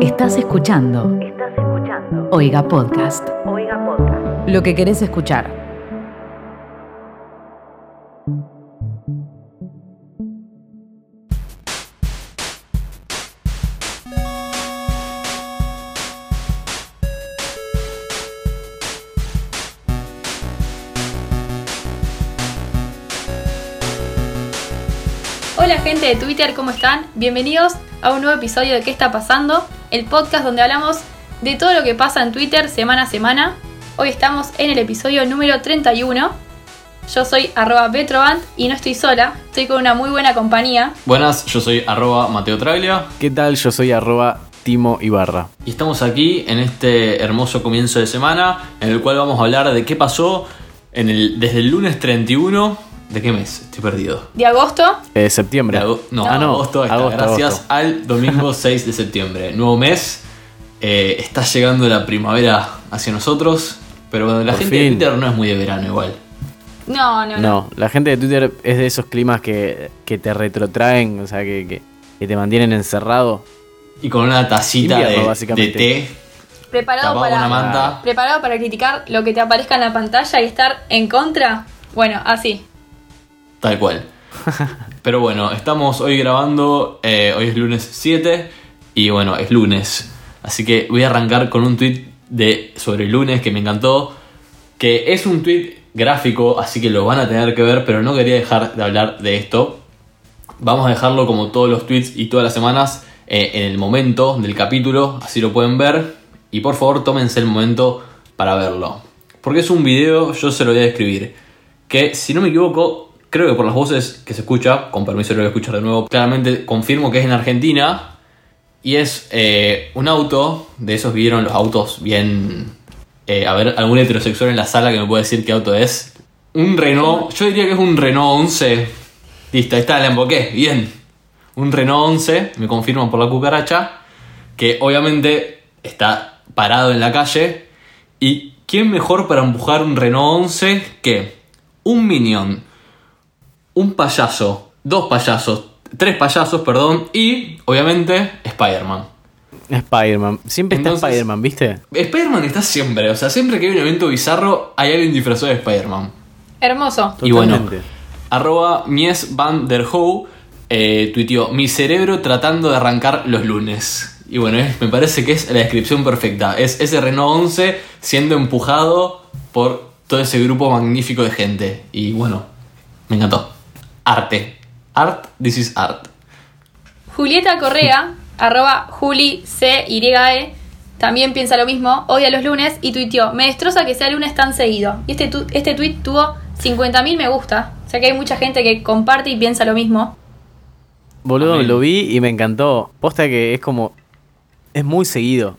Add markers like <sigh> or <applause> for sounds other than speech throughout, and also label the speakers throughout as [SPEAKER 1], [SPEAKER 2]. [SPEAKER 1] Estás escuchando
[SPEAKER 2] Estás escuchando
[SPEAKER 1] Oiga Podcast.
[SPEAKER 2] Oiga Podcast.
[SPEAKER 1] Lo que querés escuchar.
[SPEAKER 3] Hola gente de Twitter, ¿cómo están? Bienvenidos a un nuevo episodio de ¿Qué está pasando? El podcast donde hablamos de todo lo que pasa en Twitter semana a semana. Hoy estamos en el episodio número 31. Yo soy arroba Petrovant y no estoy sola, estoy con una muy buena compañía.
[SPEAKER 4] Buenas, yo soy arroba Mateo Traglia
[SPEAKER 5] ¿Qué tal? Yo soy arroba Timo Ibarra.
[SPEAKER 4] y estamos aquí en este hermoso comienzo de semana en el cual vamos a hablar de qué pasó en el, desde el lunes 31. ¿De qué mes? Estoy perdido.
[SPEAKER 3] De agosto,
[SPEAKER 5] Eh,
[SPEAKER 4] De
[SPEAKER 5] septiembre.
[SPEAKER 4] ago- no,
[SPEAKER 5] Ah, no,
[SPEAKER 4] agosto, ahí está.
[SPEAKER 5] agosto,
[SPEAKER 4] gracias
[SPEAKER 5] agosto.
[SPEAKER 4] al
[SPEAKER 5] <laughs>
[SPEAKER 4] domingo 6 de septiembre. Nuevo mes, eh, está llegando la primavera hacia nosotros, pero bueno, la
[SPEAKER 5] Por
[SPEAKER 4] gente de
[SPEAKER 5] fin.
[SPEAKER 4] Twitter no es muy de verano igual.
[SPEAKER 3] no, no, no.
[SPEAKER 5] No, la gente de Twitter es de esos climas que, que te retrotraen, o sea, que, que- que te mantienen encerrado.
[SPEAKER 4] Y con una tacita
[SPEAKER 5] Invierno,
[SPEAKER 4] de- de
[SPEAKER 5] básicamente.
[SPEAKER 4] té
[SPEAKER 3] ¿Preparado,
[SPEAKER 4] Tapado con
[SPEAKER 3] para,
[SPEAKER 4] una manta.
[SPEAKER 3] ¿Preparado para criticar lo que te aparezca en la pantalla y estar en contra? Bueno, así.
[SPEAKER 4] Tal cual. Pero bueno, estamos hoy grabando, eh, hoy es lunes 7 y bueno, es lunes. Así que voy a arrancar con un tweet de, sobre el lunes que me encantó, que es un tweet gráfico, así que lo van a tener que ver, pero no quería dejar de hablar de esto. Vamos a dejarlo como todos los tweets y todas las semanas eh, en el momento del capítulo, así lo pueden ver. Y por favor tómense el momento para verlo. Porque es un video, yo se lo voy a describir. Que si no me equivoco, creo que por las voces que se escucha, con permiso lo voy a escuchar de nuevo, claramente confirmo que es en Argentina. Y es eh, un auto, de esos vieron los autos bien... eh, a ver, algún heterosexual en la sala que me pueda decir qué auto es. Un Renault, yo diría que es un Renault 11. Listo, ahí está, la emboqué, bien. Un Renault 11, me confirman por la cucaracha, que obviamente está parado en la calle. ¿Y quién mejor para empujar un Renault 11 que un Minion, un payaso, dos payasos, tres payasos, perdón, y obviamente Spider-Man?
[SPEAKER 5] Spider-Man. Siempre está
[SPEAKER 4] Entonces-
[SPEAKER 5] Spider-Man, ¿viste?
[SPEAKER 4] Spider-Man está siempre, o sea, siempre que hay un evento bizarro hay alguien disfrazado de Spider-Man.
[SPEAKER 3] Hermoso.
[SPEAKER 4] Y bueno,
[SPEAKER 5] Totalmente.
[SPEAKER 4] arroba Mies van der Hoe eh, tuiteó, mi cerebro tratando de arrancar los lunes. Y bueno, es- me parece que es la descripción perfecta. Es ese Renault 11 siendo empujado por todo ese grupo magnífico de gente. Y bueno, me encantó. Arte. Art, this is art.
[SPEAKER 3] Julieta Correa, arroba Juli C Y E, también piensa lo mismo, odia los lunes y tuiteó, me destroza que sea lunes tan seguido. Y este, tu- este tweet tuvo 50.000 me gusta, o sea que hay mucha gente que comparte y piensa lo mismo.
[SPEAKER 5] Boludo,
[SPEAKER 4] Amén.
[SPEAKER 5] lo vi y me encantó. Posta que es como. Es muy seguido.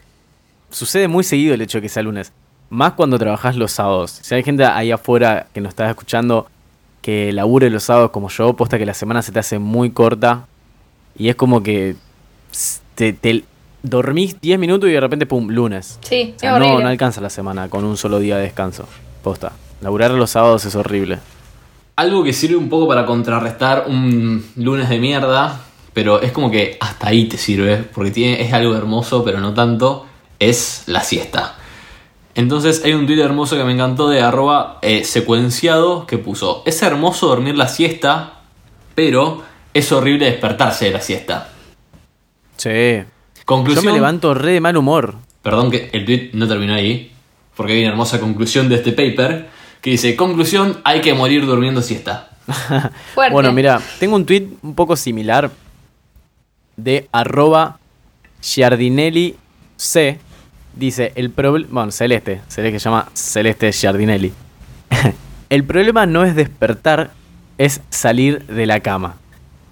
[SPEAKER 5] Sucede muy seguido el hecho de que sea lunes. Más cuando trabajás los sábados. Si hay gente ahí afuera que nos está escuchando que labure los sábados como yo, posta que la semana se te hace muy corta. Y es como que. s- Te, te dormís 10 minutos y de repente, pum, lunes.
[SPEAKER 3] Sí,
[SPEAKER 5] O sea,
[SPEAKER 3] es
[SPEAKER 5] Ah, no,
[SPEAKER 3] horrible.
[SPEAKER 5] no alcanza la semana con un solo día de descanso. Posta. Laburar los sábados es horrible.
[SPEAKER 4] Algo que sirve un poco para contrarrestar un lunes de mierda, pero es como que hasta ahí te sirve, porque tiene, es algo hermoso, pero no tanto, es la siesta. Entonces hay un tweet hermoso que me encantó de arroba eh, secuenciado que puso, es hermoso dormir la siesta, pero es horrible despertarse de la siesta.
[SPEAKER 5] Sí. Yo
[SPEAKER 4] Conclusión,
[SPEAKER 5] me levanto re de mal humor.
[SPEAKER 4] Perdón que el tweet no terminó ahí, porque hay una hermosa conclusión de este paper que dice, conclusión, hay que morir durmiendo siesta.
[SPEAKER 3] Fuerte.
[SPEAKER 5] Bueno, mira, tengo un tweet un poco similar de arroba Giardinelli C. Dice, el problema... Bueno, Celeste. Celeste que se llama Celeste Giardinelli. <laughs> el problema no es despertar, es salir de la cama.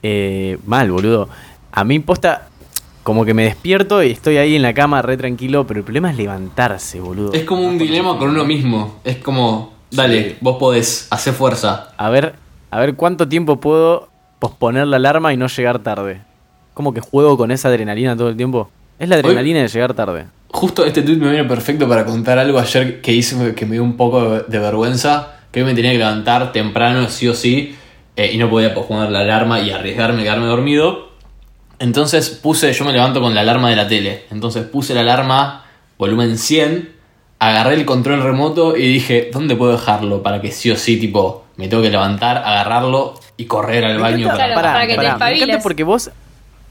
[SPEAKER 5] Eh, mal, boludo. A mí imposta... Como que me despierto y estoy ahí en la cama re tranquilo, pero el problema es levantarse, boludo.
[SPEAKER 4] Es como un dilema con uno mismo. Es como, dale,
[SPEAKER 5] Sí.
[SPEAKER 4] vos podés, hacer fuerza.
[SPEAKER 5] A ver, a ver cuánto tiempo puedo posponer la alarma y no llegar tarde. Como que juego con esa adrenalina todo el tiempo. Es la adrenalina de llegar tarde.
[SPEAKER 4] Justo este tweet me viene perfecto para contar algo ayer que hice que me dio un poco de vergüenza. Que hoy me tenía que levantar temprano, sí o sí, eh, y no podía posponer la alarma y arriesgarme a quedarme dormido. Entonces puse, yo me levanto con la alarma de la tele. Entonces puse la alarma volumen 100, agarré el control remoto y dije, ¿dónde puedo dejarlo? Para que sí o sí, tipo, me tengo que levantar, agarrarlo y correr al baño para...
[SPEAKER 5] encanta-
[SPEAKER 3] Claro, para que te
[SPEAKER 5] Me
[SPEAKER 3] espabiles.
[SPEAKER 5] encanta porque vos,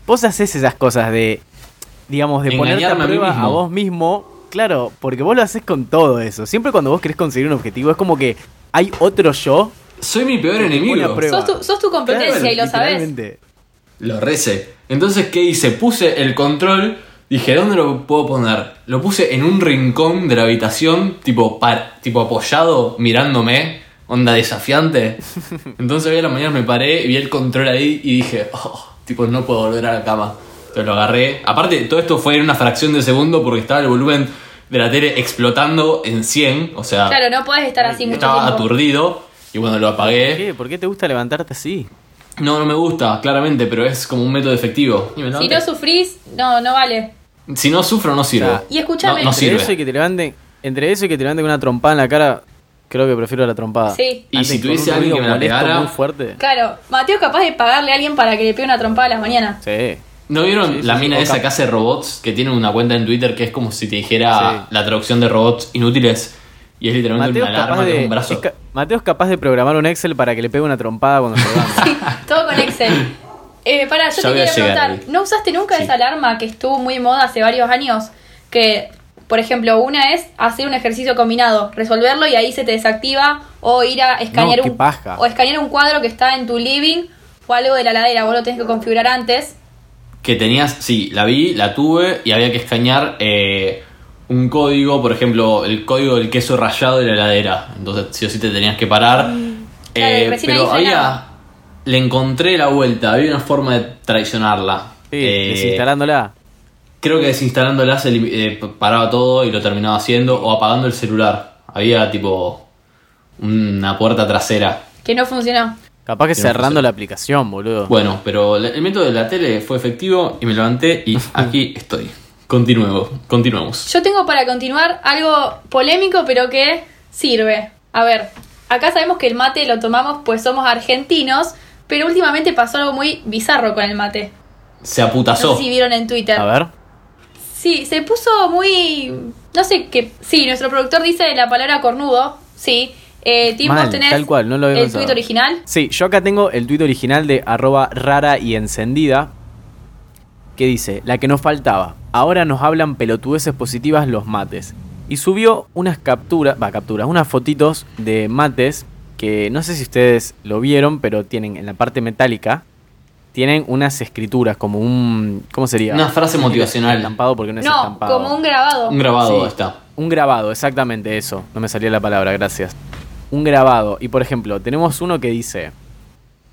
[SPEAKER 5] vos haces esas cosas de, digamos, de ponerte a
[SPEAKER 4] Engañarme a mí
[SPEAKER 5] prueba a,
[SPEAKER 4] mismo.
[SPEAKER 5] vos mismo. Claro, porque vos lo haces con todo eso. Siempre cuando vos querés conseguir un objetivo, es como que hay otro yo.
[SPEAKER 4] Soy mi peor
[SPEAKER 5] Una
[SPEAKER 4] enemigo.
[SPEAKER 5] prueba.
[SPEAKER 3] Sos tu, sos tu competencia
[SPEAKER 5] Claro,
[SPEAKER 3] y lo sabés.
[SPEAKER 5] literalmente.
[SPEAKER 4] Lo recé. Entonces, ¿qué hice? Puse el control. Dije, ¿dónde lo puedo poner? Lo puse en un rincón de la habitación, tipo, par- tipo apoyado, mirándome, onda desafiante.
[SPEAKER 5] <laughs>
[SPEAKER 4] Entonces, hoy a la mañana me paré, vi el control ahí y dije, oh, tipo, no puedo volver a la cama. Entonces lo agarré. Aparte, todo esto fue en una fracción de segundo porque estaba el volumen de la tele explotando en 100, o sea,
[SPEAKER 3] Claro, no podés estar así mucho
[SPEAKER 4] estaba
[SPEAKER 3] tiempo.
[SPEAKER 4] aturdido. Y cuando lo apagué,
[SPEAKER 5] ¿Por qué? ¿Por qué te gusta levantarte así?
[SPEAKER 4] no, no me gusta, claramente, pero es como un método efectivo. Y me
[SPEAKER 3] Si
[SPEAKER 4] levanté.
[SPEAKER 3] no sufrís, no, no vale.
[SPEAKER 4] Si no sufro, no sirve.
[SPEAKER 5] Ya.
[SPEAKER 3] Y escúchame.
[SPEAKER 4] No, no
[SPEAKER 5] Entre
[SPEAKER 4] sirve.
[SPEAKER 5] eso y que te levanten, entre eso y que te levanten con una trompada en la cara, creo que prefiero la trompada.
[SPEAKER 3] Sí.
[SPEAKER 4] Y
[SPEAKER 5] Antes
[SPEAKER 4] si
[SPEAKER 5] con
[SPEAKER 4] tuviese
[SPEAKER 5] un
[SPEAKER 4] alguien
[SPEAKER 5] ruido
[SPEAKER 4] que me la
[SPEAKER 5] molesto
[SPEAKER 4] pegara-
[SPEAKER 5] muy fuerte.
[SPEAKER 3] Claro, Mateo es capaz de pagarle a alguien para que le pegue una trompada a las mañanas.
[SPEAKER 5] Sí.
[SPEAKER 4] ¿No vieron
[SPEAKER 5] Sí, sí,
[SPEAKER 4] la
[SPEAKER 5] sí,
[SPEAKER 4] mina
[SPEAKER 5] o
[SPEAKER 4] esa
[SPEAKER 5] cap-
[SPEAKER 4] que hace robots? Que tiene una cuenta en Twitter que es como si te dijera
[SPEAKER 5] Sí.
[SPEAKER 4] la traducción de robots inútiles. Y es literalmente
[SPEAKER 5] Mateo es,
[SPEAKER 4] una
[SPEAKER 5] capaz
[SPEAKER 4] alarma con
[SPEAKER 5] de,
[SPEAKER 4] un
[SPEAKER 5] es
[SPEAKER 4] brazo.
[SPEAKER 5] ca- Mateo es capaz de programar un Excel para que le pegue una trompada cuando
[SPEAKER 4] <laughs>
[SPEAKER 5] se levanta.
[SPEAKER 3] Sí, todo con Excel. Eh, pará, yo
[SPEAKER 4] Ya
[SPEAKER 3] te
[SPEAKER 4] voy a
[SPEAKER 3] quería
[SPEAKER 4] llegar
[SPEAKER 3] preguntar,
[SPEAKER 4] ahí.
[SPEAKER 3] ¿no usaste nunca
[SPEAKER 4] Sí.
[SPEAKER 3] esa alarma que estuvo muy de moda hace varios años? Que, por ejemplo, una es hacer un ejercicio combinado, resolverlo y ahí se te desactiva, o ir a escanear
[SPEAKER 5] No, qué
[SPEAKER 3] un
[SPEAKER 5] paja.
[SPEAKER 3] o escanear un cuadro que está en tu living o algo de la ladera, vos lo tenés que configurar antes.
[SPEAKER 4] Que tenías, sí, la vi, la tuve y había que escanear eh, un código, por ejemplo, el código del queso rallado de la heladera. Entonces, sí o sí te tenías que parar.
[SPEAKER 3] Mm. Claro,
[SPEAKER 4] Eh,
[SPEAKER 3] recién
[SPEAKER 4] pero
[SPEAKER 3] ahí
[SPEAKER 4] había.
[SPEAKER 3] frenaba.
[SPEAKER 4] Le encontré la vuelta, había una forma de traicionarla.
[SPEAKER 5] Sí,
[SPEAKER 4] Eh,
[SPEAKER 5] desinstalándola.
[SPEAKER 4] Creo que desinstalándola se elim- eh, p- paraba todo y lo terminaba haciendo, o apagando el celular. Había tipo una puerta trasera.
[SPEAKER 3] Que no funcionó.
[SPEAKER 5] Capaz que
[SPEAKER 4] Sí, no
[SPEAKER 5] cerrando
[SPEAKER 4] sé.
[SPEAKER 5] la aplicación, boludo.
[SPEAKER 4] Bueno, pero la- el método de la tele fue efectivo y me levanté
[SPEAKER 5] <laughs>
[SPEAKER 4] y aquí estoy. Continuemos, continuemos.
[SPEAKER 3] Yo tengo para continuar algo polémico, pero que sirve. A ver, acá sabemos que el mate lo tomamos pues somos argentinos, pero últimamente pasó algo muy bizarro con el mate.
[SPEAKER 4] Se
[SPEAKER 3] No
[SPEAKER 4] aputazó.
[SPEAKER 3] sé si vieron en Twitter.
[SPEAKER 5] A ver.
[SPEAKER 3] Sí, se puso muy. No sé qué. Sí, nuestro productor dice la palabra cornudo. Sí. Eh, Tim,
[SPEAKER 5] Mal,
[SPEAKER 3] vos tenés
[SPEAKER 5] tal cual, no lo había
[SPEAKER 3] el
[SPEAKER 5] pensado.
[SPEAKER 3] tuit original.
[SPEAKER 5] Sí, yo acá tengo el tuit original de arroba rara y encendida. Que dice, la que nos faltaba. Ahora nos hablan pelotudeces positivas los mates. Y subió unas capturas, va, capturas, unas fotitos de mates que no sé si ustedes lo vieron, pero tienen en la parte metálica, tienen unas escrituras, como un... ¿Cómo sería?
[SPEAKER 4] Una frase
[SPEAKER 5] No quiero decir
[SPEAKER 4] motivacional.
[SPEAKER 5] <laughs> Estampado porque no es
[SPEAKER 3] No,
[SPEAKER 5] estampado.
[SPEAKER 3] como un grabado.
[SPEAKER 4] Un grabado
[SPEAKER 5] Sí.
[SPEAKER 4] está.
[SPEAKER 5] Un grabado, exactamente eso. No me salía la palabra, gracias. Un grabado. Y por ejemplo, tenemos uno que dice: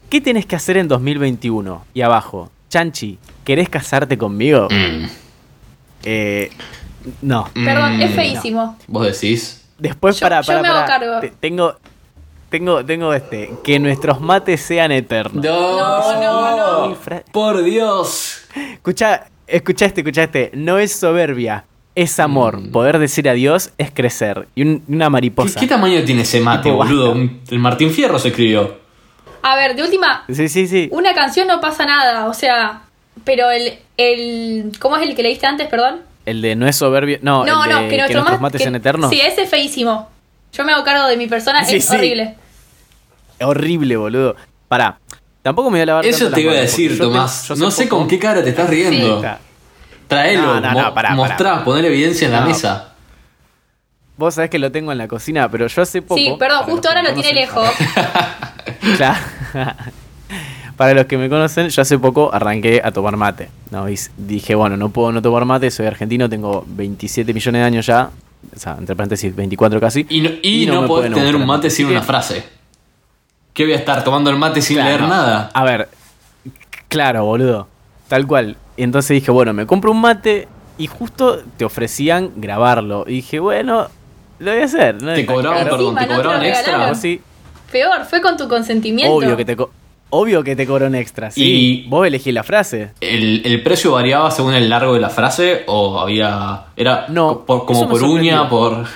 [SPEAKER 5] ¿Qué tenés que hacer en 2021? Y abajo, Chanchi, ¿querés casarte conmigo?
[SPEAKER 4] Mm,
[SPEAKER 5] Eh, no.
[SPEAKER 3] Perdón,
[SPEAKER 4] Mm.
[SPEAKER 3] es feísimo.
[SPEAKER 4] Vos decís.
[SPEAKER 5] Después,
[SPEAKER 3] Yo-
[SPEAKER 5] para,
[SPEAKER 3] yo
[SPEAKER 5] para,
[SPEAKER 3] me hago cargo.
[SPEAKER 5] tengo, tengo, tengo este: que nuestros mates sean eternos.
[SPEAKER 4] No,
[SPEAKER 3] no,
[SPEAKER 5] no.
[SPEAKER 4] Por Dios.
[SPEAKER 5] Escucha, escuchaste, escuchaste. este, No es soberbia, es amor. Poder decir adiós es crecer. Y un- una
[SPEAKER 4] ¿Qué,
[SPEAKER 5] mariposa.
[SPEAKER 4] Mm. qué tamaño tiene ese mate,
[SPEAKER 5] Tipo,
[SPEAKER 4] boludo?
[SPEAKER 5] basta.
[SPEAKER 4] Un- El Martín Fierro se escribió.
[SPEAKER 3] A ver, de última,
[SPEAKER 5] sí, sí, sí.
[SPEAKER 3] una canción no pasa nada, o sea. Pero el. el ¿Cómo es el que leíste antes, perdón?
[SPEAKER 5] El de no es soberbio. No,
[SPEAKER 3] No,
[SPEAKER 5] el
[SPEAKER 3] no,
[SPEAKER 5] de
[SPEAKER 3] que,
[SPEAKER 5] que
[SPEAKER 3] nuestro más-
[SPEAKER 5] nuestros mates
[SPEAKER 3] que-
[SPEAKER 5] sean eternos.
[SPEAKER 3] Sí, ese es feísimo. Yo me hago cargo de mi persona,
[SPEAKER 5] Sí,
[SPEAKER 3] es
[SPEAKER 5] sí.
[SPEAKER 3] horrible.
[SPEAKER 5] Horrible, boludo. Pará. Tampoco me voy a lavar
[SPEAKER 4] Eso
[SPEAKER 5] tanto
[SPEAKER 4] te
[SPEAKER 5] las
[SPEAKER 4] iba a
[SPEAKER 5] manos,
[SPEAKER 4] decir,
[SPEAKER 5] porque yo
[SPEAKER 4] Tomás.
[SPEAKER 5] te- yo
[SPEAKER 4] no sé
[SPEAKER 5] tampoco-
[SPEAKER 4] con qué cara te estás riendo.
[SPEAKER 5] Está.
[SPEAKER 4] Traelo,
[SPEAKER 5] No, no, no,
[SPEAKER 4] mo-
[SPEAKER 5] pará, pará.
[SPEAKER 4] mostrá, poner evidencia en la
[SPEAKER 5] No.
[SPEAKER 4] mesa.
[SPEAKER 5] Vos sabés que lo tengo en la cocina, pero yo hace poco.
[SPEAKER 3] Sí, perdón,
[SPEAKER 5] para
[SPEAKER 3] justo
[SPEAKER 5] los que
[SPEAKER 3] ahora
[SPEAKER 5] me
[SPEAKER 3] lo tiene
[SPEAKER 5] conocen-
[SPEAKER 3] lejos.
[SPEAKER 5] <laughs> Claro. Para los que me conocen, yo hace poco arranqué a tomar mate. No, y s- dije, bueno, no puedo no tomar mate, soy argentino, tengo 27 millones de años ya. O sea, entre paréntesis, 24 casi.
[SPEAKER 4] Y no, y no podés
[SPEAKER 5] me pueden
[SPEAKER 4] tener un
[SPEAKER 5] gustar.
[SPEAKER 4] mate sin
[SPEAKER 5] Así que-
[SPEAKER 4] una frase. ¿Qué voy a estar tomando el mate sin
[SPEAKER 5] Claro. Ah,
[SPEAKER 4] leer nada?
[SPEAKER 5] A ver, claro, boludo. Tal cual. Y entonces dije, bueno, me compro un mate y justo te ofrecían grabarlo. Y dije, bueno, lo voy a hacer. No es
[SPEAKER 4] Te
[SPEAKER 5] tan
[SPEAKER 4] cobraban,
[SPEAKER 5] caro.
[SPEAKER 4] perdón,
[SPEAKER 3] Encima
[SPEAKER 4] te
[SPEAKER 3] no te
[SPEAKER 4] cobraban
[SPEAKER 3] lo
[SPEAKER 4] extra.
[SPEAKER 3] regalaron.
[SPEAKER 5] Vos sí,
[SPEAKER 3] Peor, fue con tu consentimiento.
[SPEAKER 5] obvio que te co- obvio que te cobran extra. Sí.
[SPEAKER 4] Y-
[SPEAKER 5] Vos elegís la frase.
[SPEAKER 4] ¿El, el precio variaba según el largo de la frase? ¿O había.? ¿Era co-
[SPEAKER 5] No,
[SPEAKER 4] por-
[SPEAKER 5] eso
[SPEAKER 4] como
[SPEAKER 5] me
[SPEAKER 4] por uña?
[SPEAKER 5] sorprendió.
[SPEAKER 4] por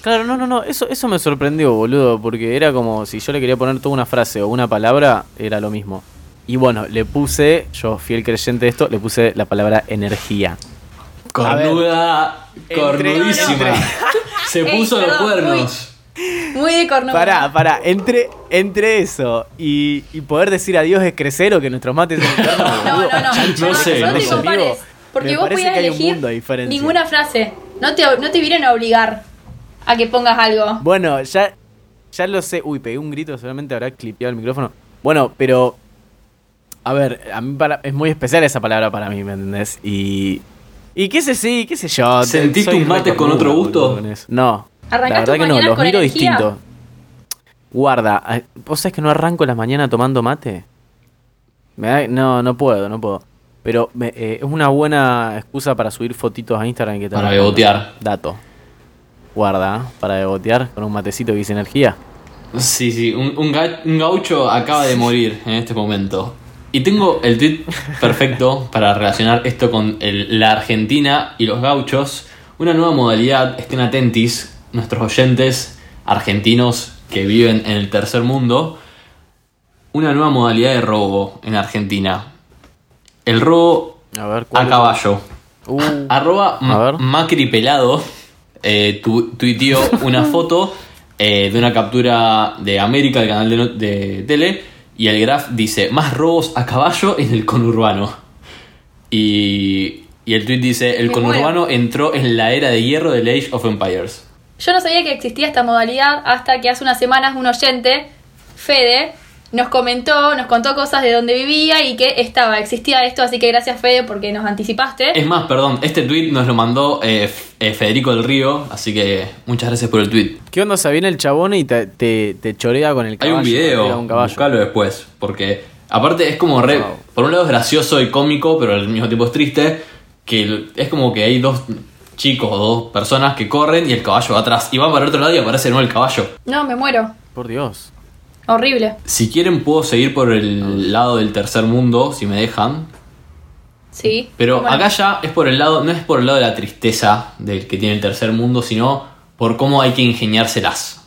[SPEAKER 5] Claro, no, no, no, eso, eso me sorprendió, boludo, porque era como si yo le quería poner toda una frase o una palabra, era lo mismo. Y bueno, le puse, yo fiel creyente de esto, le puse la palabra energía.
[SPEAKER 4] Cornuda,
[SPEAKER 5] Entre-
[SPEAKER 4] cornudísima.
[SPEAKER 5] entre-
[SPEAKER 4] Se
[SPEAKER 3] Ey,
[SPEAKER 4] puso los
[SPEAKER 3] perdón,
[SPEAKER 4] cuernos.
[SPEAKER 3] Muy de cornuda.
[SPEAKER 5] Pará, pará, entre, entre eso y, y poder decir adiós es crecer o que nuestros
[SPEAKER 3] <laughs>
[SPEAKER 5] mates son eternos,
[SPEAKER 3] No, no,
[SPEAKER 5] boludo.
[SPEAKER 3] no.
[SPEAKER 4] No
[SPEAKER 3] no
[SPEAKER 4] sé,
[SPEAKER 3] no
[SPEAKER 4] no
[SPEAKER 3] te
[SPEAKER 4] sé.
[SPEAKER 3] compares.
[SPEAKER 5] Me
[SPEAKER 3] Porque vos
[SPEAKER 5] parece
[SPEAKER 3] podías
[SPEAKER 5] que hay un
[SPEAKER 3] elegir
[SPEAKER 5] mundo de diferencia.
[SPEAKER 3] ninguna frase. No te, no te vinieron a obligar a que pongas algo.
[SPEAKER 5] Bueno, ya, ya lo sé. Uy, pegué un grito, seguramente habrá clipeado el micrófono. Bueno, pero. A ver, a mí para- es muy especial esa palabra para mí, ¿me entendés? Y. Y qué sé sí, qué sé yo.
[SPEAKER 4] ¿Sentiste
[SPEAKER 5] soy
[SPEAKER 4] un mate
[SPEAKER 5] re
[SPEAKER 4] con
[SPEAKER 5] cornudo,
[SPEAKER 4] otro gusto?
[SPEAKER 5] boludo, con eso. No.
[SPEAKER 3] ¿Arrancás
[SPEAKER 5] la verdad
[SPEAKER 3] tus
[SPEAKER 5] que no,
[SPEAKER 3] mañanas
[SPEAKER 5] los
[SPEAKER 3] con
[SPEAKER 5] miro
[SPEAKER 3] energía?
[SPEAKER 5] distinto. Guarda, ah, ¿vos sabés que no arranco la mañana tomando mate? Me da- no, no puedo, no puedo. Pero me- eh, es una buena excusa para subir fotitos a Instagram que te
[SPEAKER 4] Para
[SPEAKER 5] van a-
[SPEAKER 4] bebotear.
[SPEAKER 5] Dato. Guarda, ¿eh? para bebotear con un matecito que dice energía.
[SPEAKER 4] Sí, sí, un, un ga- un gaucho acaba de morir en este momento. Y tengo el tweet perfecto para relacionar esto con el- la Argentina y los gauchos. Una nueva modalidad, estén atentis, nuestros oyentes argentinos que viven en el tercer mundo. Una nueva modalidad de robo en Argentina. El robo
[SPEAKER 5] A ver, ¿cuál
[SPEAKER 4] a
[SPEAKER 5] es?
[SPEAKER 4] caballo.
[SPEAKER 5] Uh,
[SPEAKER 4] Arroba
[SPEAKER 5] A ver.
[SPEAKER 4] Ma- Macri Pelado eh, tu- tuiteó
[SPEAKER 5] <laughs>
[SPEAKER 4] una foto eh, de una captura de América, el canal de, no- de tele, y el graph dice, más robos a caballo en el conurbano. Y, y el tweet dice, el
[SPEAKER 3] Me
[SPEAKER 4] conurbano entró en la era de hierro del Age of Empires.
[SPEAKER 3] Yo no sabía que existía esta modalidad hasta que hace unas semanas un oyente, Fede, nos comentó, nos contó cosas de donde vivía y que estaba, existía esto, así que gracias Fede porque nos anticipaste.
[SPEAKER 4] Es más, perdón, este tweet nos lo mandó eh, F- eh, Federico del Río, así que muchas gracias por el tweet.
[SPEAKER 5] ¿Qué onda? Se viene el chabón y te, te, te chorea con el
[SPEAKER 4] Hay
[SPEAKER 5] caballo.
[SPEAKER 4] un
[SPEAKER 5] arriba
[SPEAKER 4] video,
[SPEAKER 5] de Un caballo.
[SPEAKER 4] buscalo después, porque aparte es como re,
[SPEAKER 5] Wow.
[SPEAKER 4] por un lado es gracioso y cómico, pero al mismo tiempo es triste, que el- es como que hay dos chicos o dos personas que corren y el caballo va atrás, y van para el otro lado y aparece no el caballo.
[SPEAKER 3] No, me muero.
[SPEAKER 5] Por Dios.
[SPEAKER 3] Horrible.
[SPEAKER 4] Si quieren puedo seguir por el lado del tercer mundo, si me dejan,
[SPEAKER 3] Sí.
[SPEAKER 4] pero
[SPEAKER 3] ¿Cómo no?
[SPEAKER 4] acá ya es por el lado, no es por el lado de la tristeza del que tiene el tercer mundo, sino por cómo hay que ingeniárselas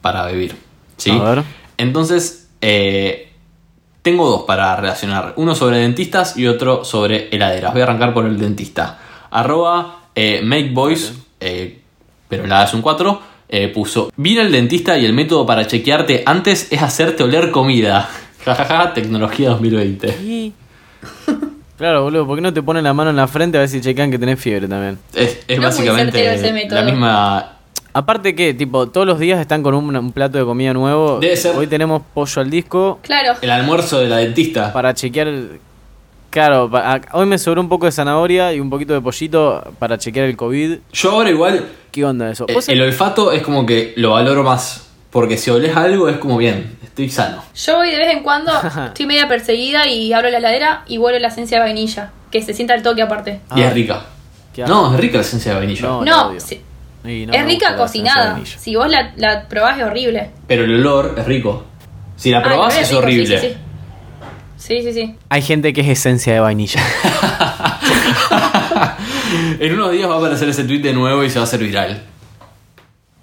[SPEAKER 4] para vivir. ¿sí?
[SPEAKER 5] A ver.
[SPEAKER 4] Entonces, eh, tengo dos para relacionar. Uno sobre dentistas y otro sobre heladeras. Voy a arrancar por el dentista. Arroba eh, MakeBoys, eh, pero la es un 4, eh, puso, vine al dentista y el método para chequearte antes es hacerte oler comida. <laughs> Jajaja, tecnología 2020.
[SPEAKER 5] Y- <laughs> Claro, boludo, ¿por qué no te ponen la mano en la frente a ver si checan que tenés fiebre también?
[SPEAKER 4] Es, es
[SPEAKER 3] No es muy certero ese
[SPEAKER 4] básicamente
[SPEAKER 3] método.
[SPEAKER 4] la misma.
[SPEAKER 5] Aparte que, tipo, todos los días están con un, un plato de comida nuevo.
[SPEAKER 4] Debe ser.
[SPEAKER 5] Hoy tenemos pollo al disco
[SPEAKER 3] Claro.
[SPEAKER 4] El almuerzo de la dentista.
[SPEAKER 5] para chequear... el- Claro, pa- a- hoy me sobró un poco de zanahoria y un poquito de pollito para chequear el COVID.
[SPEAKER 4] Yo ahora igual.
[SPEAKER 5] ¿Qué onda eso?
[SPEAKER 4] El,
[SPEAKER 5] ¿Vos
[SPEAKER 4] el olfato es como que lo valoro más. Porque si olés algo es como bien, estoy sano.
[SPEAKER 3] Yo voy de vez en
[SPEAKER 5] <laughs>
[SPEAKER 3] cuando, estoy media perseguida y abro la heladera y vuelo la esencia de vainilla, que se sienta el toque aparte.
[SPEAKER 5] Ah,
[SPEAKER 4] y es rica.
[SPEAKER 5] qué
[SPEAKER 4] No, es rica la esencia de vainilla.
[SPEAKER 5] No, la
[SPEAKER 3] No,
[SPEAKER 5] odio.
[SPEAKER 3] si-
[SPEAKER 5] Y no
[SPEAKER 3] es rica
[SPEAKER 5] me gusta la esencia de
[SPEAKER 3] cocinada.
[SPEAKER 5] vainilla.
[SPEAKER 3] Si vos la, la probás es horrible.
[SPEAKER 4] Pero el olor es rico. Si la
[SPEAKER 3] Ah,
[SPEAKER 4] probás
[SPEAKER 3] no,
[SPEAKER 4] es
[SPEAKER 3] rico,
[SPEAKER 4] horrible.
[SPEAKER 3] Sí, sí, sí. Sí, sí, sí.
[SPEAKER 5] Hay gente que es esencia de vainilla. <laughs>
[SPEAKER 4] en unos días va a aparecer ese tweet de nuevo y se va a hacer viral.